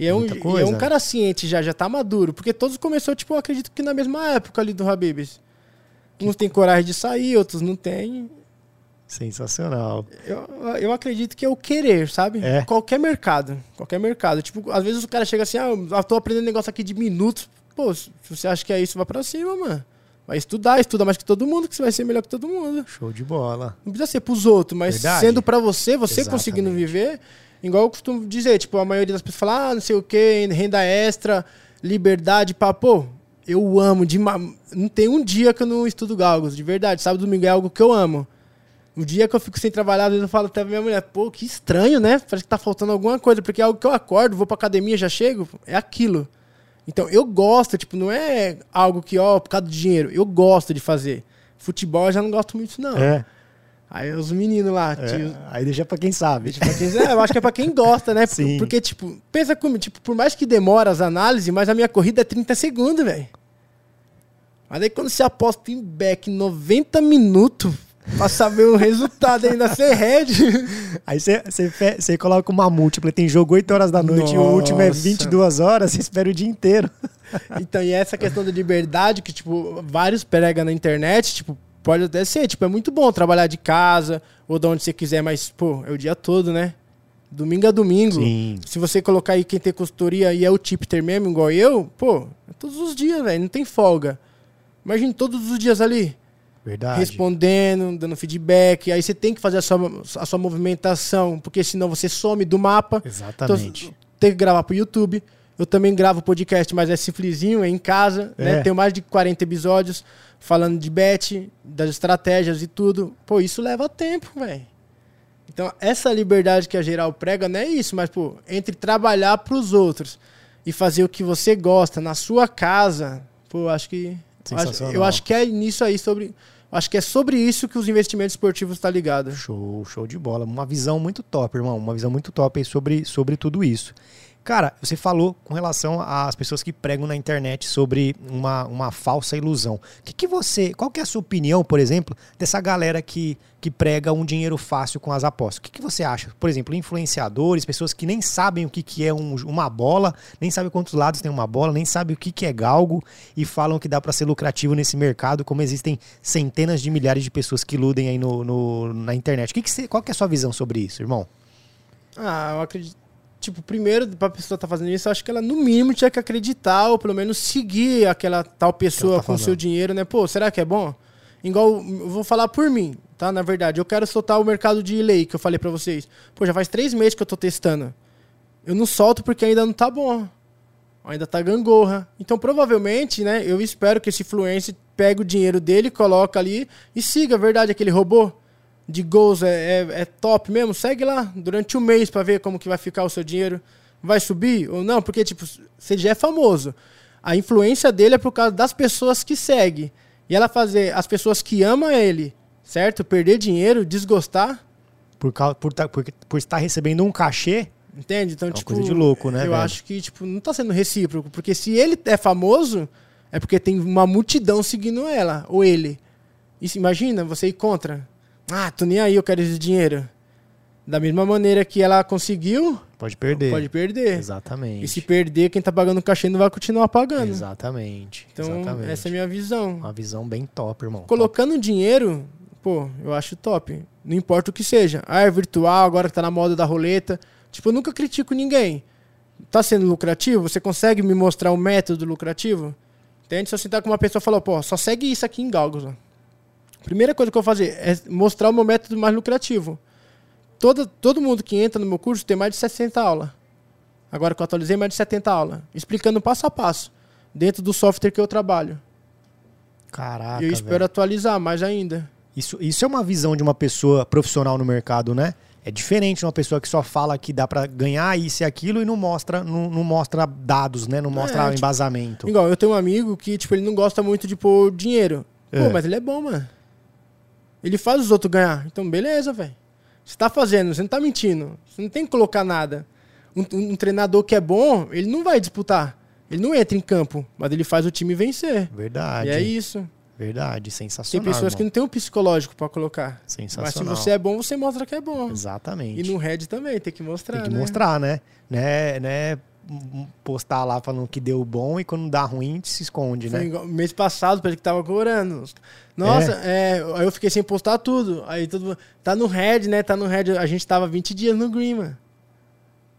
S2: e é, um,
S1: Muita
S2: e é
S1: coisa.
S2: um cara ciente já, já tá maduro. Porque todos começou, tipo, eu acredito que na mesma época ali do Habibs. Uns têm coragem de sair, outros não têm.
S1: Sensacional.
S2: Eu, eu acredito que é o querer, sabe?
S1: É.
S2: Qualquer mercado. Qualquer mercado. Tipo, às vezes o cara chega assim, ah, eu tô aprendendo negócio aqui de minutos. Pô, se você acha que é isso, vai pra cima, mano. Vai estudar, estuda mais que todo mundo, que você vai ser melhor que todo mundo.
S1: Show de bola.
S2: Não precisa ser pros outros, mas
S1: Verdade.
S2: sendo pra você, você
S1: Exatamente.
S2: conseguindo viver. Igual eu costumo dizer, tipo, a maioria das pessoas fala, ah, não sei o quê, renda extra, liberdade, papo. Eu amo demais. Não tem um dia que eu não estudo galgos, de verdade. Sábado e domingo é algo que eu amo. O dia que eu fico sem trabalhar, às vezes eu falo até pra minha mulher, pô, que estranho, né? Parece que tá faltando alguma coisa, porque é algo que eu acordo, vou pra academia, já chego, é aquilo. Então eu gosto, tipo, não é algo que, ó, por causa do dinheiro, eu gosto de fazer. Futebol eu já não gosto muito, não.
S1: É.
S2: Aí os meninos lá,
S1: é.
S2: tio.
S1: Aí deixa pra quem sabe.
S2: Tipo, aqueles- é, eu acho que é pra quem gosta, né?
S1: Sim.
S2: Porque, tipo, pensa comigo, tipo, por mais que demora as análises, mas a minha corrida é 30 segundos, velho. Mas aí quando você aposta em back 90 minutos pra saber o resultado ainda ser head.
S1: Aí você- você fe- você coloca uma múltipla, tem jogo 8 horas da noite e o último é
S2: Nossa.
S1: 22 horas, você espera o dia inteiro.
S2: Então, e essa questão da liberdade que, tipo, vários pregam na internet, tipo, pode até ser, tipo, é muito bom trabalhar de casa ou de onde você quiser, mas, pô, é o dia todo, né? Domingo a domingo.
S1: Sim.
S2: Se você colocar aí quem tem consultoria e é o tipster mesmo, igual eu, pô, é todos os dias, velho, não tem folga. Imagina todos os dias ali,
S1: Verdade.
S2: respondendo, dando feedback, aí você tem que fazer a sua, a sua movimentação, porque senão você some do mapa.
S1: Exatamente.
S2: Então, tem que gravar pro YouTube. Eu também gravo podcast, mas é simplesinho, é em casa.
S1: É.
S2: Né? Tenho mais de 40 episódios falando de bet, das estratégias e tudo. Pô, isso leva tempo, velho. Então, essa liberdade que a geral prega não é isso, mas, pô, entre trabalhar pros outros e fazer o que você gosta na sua casa, pô, eu acho que. eu acho-
S1: Sensacional.
S2: Eu acho que é nisso aí, sobre. eu Acho que é sobre isso que os investimentos esportivos estão tá ligados.
S1: Show, show de bola. Uma visão muito top, irmão. Uma visão muito top aí sobre, sobre tudo isso. Cara, você falou com relação às pessoas que pregam na internet sobre uma, uma falsa ilusão. O que, que você. Qual que é a sua opinião, por exemplo, dessa galera que, que prega um dinheiro fácil com as apostas? O que, que você acha? Por exemplo, influenciadores, pessoas que nem sabem o que, que é um- uma bola, nem sabem quantos lados tem uma bola, nem sabem o que, que é galgo e falam que dá para ser lucrativo nesse mercado, como existem centenas de milhares de pessoas que iludem aí no, no- na internet. O que que você- qual que é a sua visão sobre isso, irmão?
S2: Ah, eu acredito. Tipo, primeiro, pra pessoa estar fazendo isso, eu acho que ela no mínimo tinha que acreditar, ou pelo menos seguir aquela tal pessoa
S1: tá
S2: com o seu
S1: falando.
S2: dinheiro, né? Pô, será que é bom? Igual, eu vou falar por mim, tá? Na verdade, eu quero soltar o mercado de lei que eu falei pra vocês. Pô, já faz três meses que eu tô testando. Eu não solto porque ainda não tá bom. Ainda tá gangorra. Então, provavelmente, né? Eu espero que esse influencer pegue o dinheiro dele, coloca ali e siga. a Verdade, aquele robô de gols é, é, é top mesmo. Segue lá durante um mês pra ver como que vai ficar o seu dinheiro. Vai subir ou não? Porque, tipo, você já é famoso. A influência dele é por causa das pessoas que segue. E ela fazer as pessoas que amam ele, certo? Perder dinheiro, desgostar.
S1: Por, cau- por, tá- por, por estar recebendo um cachê,
S2: Entende? Então,
S1: uma
S2: tipo.
S1: coisa de louco, né,
S2: Eu
S1: velho?
S2: acho que, tipo, não tá sendo recíproco. Porque se ele é famoso, é porque tem uma multidão seguindo ela, ou ele. E se imagina, você ir contra. Ah, tô nem aí, eu quero esse dinheiro. Da mesma maneira que ela conseguiu,
S1: pode perder.
S2: pode perder.
S1: Exatamente.
S2: E se perder, quem tá pagando o cachê não vai continuar pagando.
S1: Exatamente.
S2: Então,
S1: exatamente.
S2: essa é a minha visão.
S1: Uma visão bem top, irmão.
S2: Colocando dinheiro, pô, eu acho top. Não importa o que seja. Ah, é virtual, agora que tá na moda da roleta. Tipo, eu nunca critico ninguém. Tá sendo lucrativo? Você consegue me mostrar um método lucrativo? Entende? Se eu sentar com uma pessoa e falar, pô, só segue isso aqui em Galgos. ó. Primeira coisa que eu vou fazer é mostrar o meu método mais lucrativo. Todo, todo mundo que entra no meu curso tem mais de 60 aulas. Agora que eu atualizei, mais de 70 aulas. Explicando passo a passo, dentro do software que eu trabalho.
S1: Caraca,
S2: eu espero
S1: velho.
S2: atualizar mais ainda.
S1: Isso, isso é uma visão de uma pessoa profissional no mercado, né? É diferente de uma pessoa que só fala que dá pra ganhar isso e aquilo e não mostra, não, não mostra dados, né? Não mostra
S2: É, tipo,
S1: embasamento.
S2: Igual, eu tenho um amigo que, tipo, ele não gosta muito de pôr dinheiro. Pô,
S1: É.
S2: mas ele é bom, mano. Ele faz os outros ganhar. Então, beleza, velho. Você tá fazendo, você não tá mentindo. Você não tem que colocar nada. Um, um treinador que é bom, ele não vai disputar. Ele não entra em campo, mas ele faz o time vencer.
S1: Verdade.
S2: E é isso.
S1: Verdade,
S2: Tem
S1: sensacional.
S2: pessoas que
S1: irmão.
S2: não tem o psicológico pra colocar. Mas se
S1: Sensacional.
S2: você é bom, você mostra que é bom.
S1: Exatamente.
S2: E no Red também, tem que mostrar.
S1: Tem que
S2: né?
S1: mostrar, né? Né, né? Postar lá falando que deu bom e quando dá ruim se esconde,
S2: Foi
S1: né?
S2: igual- mês passado, pra ele que tava cobrando. Nossa, é, aí eu fiquei sem postar tudo. Aí todo mundo, tá no Red, né? Tá no Red. A gente tava 20 dias no Green, mano.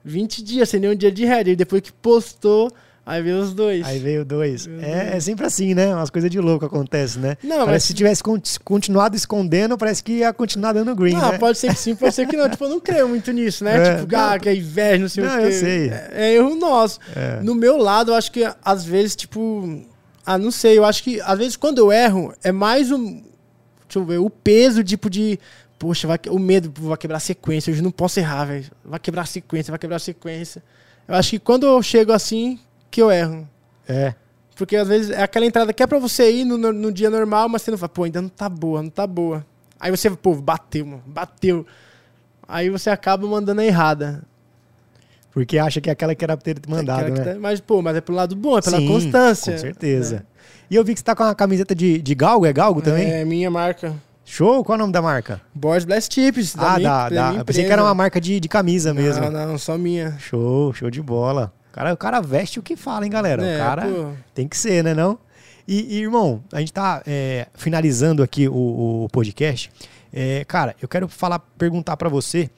S2: 20 dias, sem nenhum dia de Red. E depois que postou, aí veio os dois.
S1: Aí veio dois. É, é sempre assim, né? Umas coisas de louco acontecem, né?
S2: Não,
S1: parece
S2: mas-
S1: que se tivesse con- continuado escondendo, parece que ia continuar dando green,
S2: ah,
S1: né?
S2: pode ser que sim, pode ser que não. tipo, eu não creio muito nisso, né?
S1: É,
S2: tipo, ah, que é inveja, não sei
S1: Não,
S2: o quê.
S1: eu sei.
S2: É, é erro nosso.
S1: É.
S2: No meu lado, eu acho que às vezes, tipo. Ah, não sei. Eu acho que às vezes quando eu erro, é mais um. Deixa eu ver, o peso, tipo, de. Poxa, vai, que- o medo pô, vai quebrar a sequência. Hoje eu não posso errar, velho. Vai quebrar a sequência, vai quebrar a sequência. Eu acho que quando eu chego assim, que eu erro.
S1: É,
S2: Porque às vezes é aquela entrada que é pra você ir no, no- no dia normal, mas você não fala, pô, ainda não tá boa, não tá boa. Aí você, pô, bateu, mano, bateu. Aí você acaba mandando a errada.
S1: porque acha que é aquela que era pra ter mandado,
S2: Aquela que
S1: né?
S2: tá- mas, pô, mas é pelo lado bom, é pela
S1: Sim,
S2: constância.
S1: Com certeza. E eu vi que você tá com uma camiseta de, de galgo, é galgo também?
S2: É, minha marca.
S1: Show? Qual é o nome da marca?
S2: Boys Blast Tips. da
S1: ah,
S2: minha-
S1: dá,
S2: da
S1: dá.
S2: minha
S1: Eu pensei que
S2: empresa.
S1: era uma marca de, de camisa mesmo.
S2: Não, não, só minha.
S1: Show, show de bola. O cara, o cara veste o que fala, hein, galera?
S2: É,
S1: o um cara
S2: pô.
S1: tem que ser, né, não? E, e, irmão, a gente tá é, finalizando aqui o, o podcast. É, cara, eu quero falar, perguntar pra você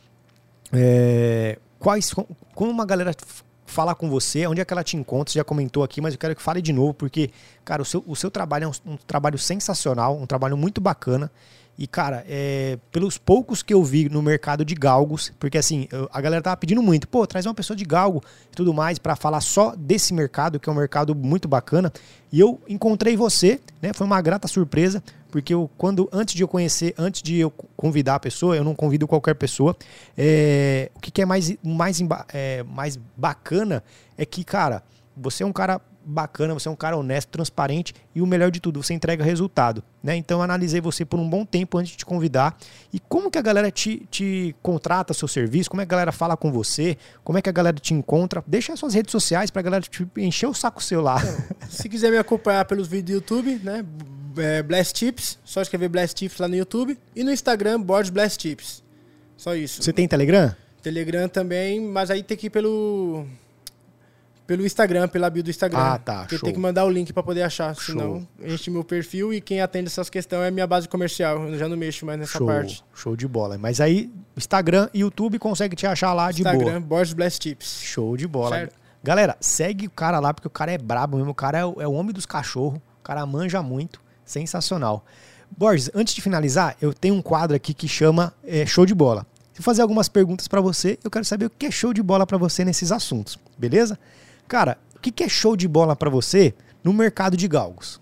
S1: é, quais, com- como uma galera f- fala com você, onde é que ela te encontra, você já comentou aqui, mas eu quero que fale de novo, porque, cara, o seu, o seu trabalho é um, um trabalho sensacional, um trabalho muito bacana, e, cara, é, pelos poucos que eu vi no mercado de galgos, porque, assim, eu- a galera tava pedindo muito, pô, traz uma pessoa de galgo e tudo mais pra falar só desse mercado, que é um mercado muito bacana, e eu encontrei você, né, foi uma grata surpresa, porque eu, quando, antes de eu conhecer, antes de eu convidar a pessoa, eu não convido qualquer pessoa, é, o que, que é mais, mais, emba- é, mais bacana é que, cara, você é um cara bacana, você é um cara honesto, transparente e o melhor de tudo, você entrega resultado, né? Então eu analisei você por um bom tempo antes de te convidar. E como que a galera te, te contrata seu serviço? Como é que a galera fala com você? Como é que a galera te encontra? Deixa as suas redes sociais pra galera te encher o saco seu lá.
S2: Se quiser me acompanhar pelos vídeos do YouTube, né? B- É, Blast Tips. Só escrever Blast Tips lá no YouTube. E no Instagram, Boys Blast Tips. Só isso.
S1: Você tem Telegram?
S2: Telegram também, mas aí tem que ir pelo. Pelo Instagram, pela bio do Instagram.
S1: Ah, tá,
S2: Porque
S1: show.
S2: tem que mandar o link pra poder achar, senão
S1: Show.
S2: enche meu perfil e quem atende essas questões é minha base comercial. Eu já não mexo mais nessa
S1: show,
S2: parte.
S1: show de bola. Mas aí, Instagram e YouTube consegue te achar lá de boa.
S2: Instagram, Borges Blast Tips.
S1: Show de bola.
S2: Certo.
S1: Galera, segue o cara lá, porque o cara é brabo mesmo. O cara é, o- é o homem dos cachorros. O cara manja muito. Sensacional. Borges, antes de finalizar, eu tenho um quadro aqui que chama é, Show de Bola. Vou fazer algumas perguntas pra você. Eu quero saber o que é show de bola pra você nesses assuntos, beleza? Cara, o que que é show de bola pra você no mercado de galgos?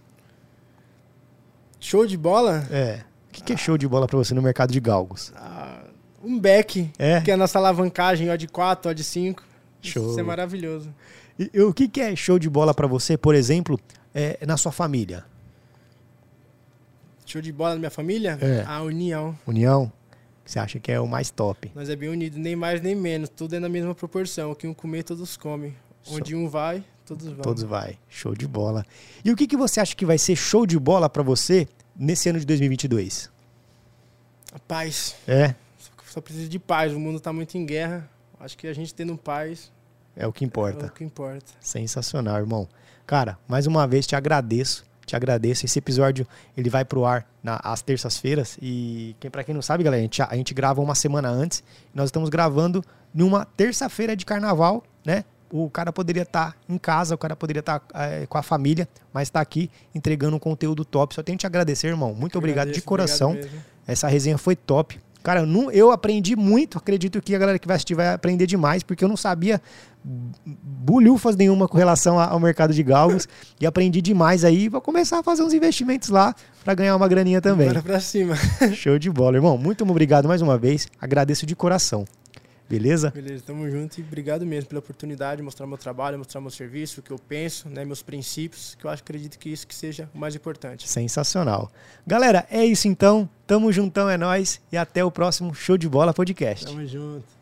S2: Show de bola?
S1: É. O que que é show de bola pra você no mercado de galgos?
S2: Ah, um back,
S1: É.
S2: que é a nossa alavancagem, ó de 4, ó de 5.
S1: Show.
S2: Isso é maravilhoso.
S1: E, e o que que é show de bola pra você, por exemplo, é, na sua família?
S2: Show de bola na minha família?
S1: É.
S2: A união.
S1: União? Que você acha que é o mais top?
S2: Nós é bem unidos, nem mais nem menos. Tudo é na mesma proporção. O que um comer, todos comem. Onde um vai, todos vão.
S1: Todos vai. Show de bola. E o que, que você acha que vai ser show de bola pra você nesse ano de 2022?
S2: A paz.
S1: É,
S2: Só- Só precisa de paz. O mundo tá muito em guerra. Acho que a gente tendo paz
S1: é o que
S2: é
S1: importa.
S2: o que importa.
S1: Sensacional, irmão. Cara, mais uma vez te agradeço. Te agradeço. Esse episódio ele vai pro ar na, às terças-feiras. E quem, para quem não sabe, galera, a gente, a gente grava uma semana antes. Nós estamos gravando numa terça-feira de carnaval, né? O cara poderia estar em casa, o cara poderia estar com a família, mas está aqui entregando um conteúdo top. Só tenho que te agradecer, irmão. Muito obrigado
S2: Agradeço,
S1: de coração.
S2: obrigado mesmo.
S1: Essa resenha foi top. Cara, eu, não, eu aprendi muito, acredito que a galera que vai assistir vai aprender demais, porque eu não sabia bulhufas nenhuma com relação a- ao mercado de galgos. e aprendi demais aí. Vou começar a fazer uns investimentos lá para ganhar uma graninha também.
S2: Bora pra cima.
S1: Show de bola, irmão. Muito obrigado mais uma vez. Agradeço de coração. Beleza?
S2: Beleza, tamo junto e obrigado mesmo pela oportunidade de mostrar meu trabalho, mostrar meu serviço, o que eu penso, né, meus princípios, que eu acho, acredito que isso que seja o mais importante.
S1: Sensacional. Galera, é isso então. Tamo juntão, é nóis. E até o próximo Show de Bola Podcast.
S2: Tamo junto.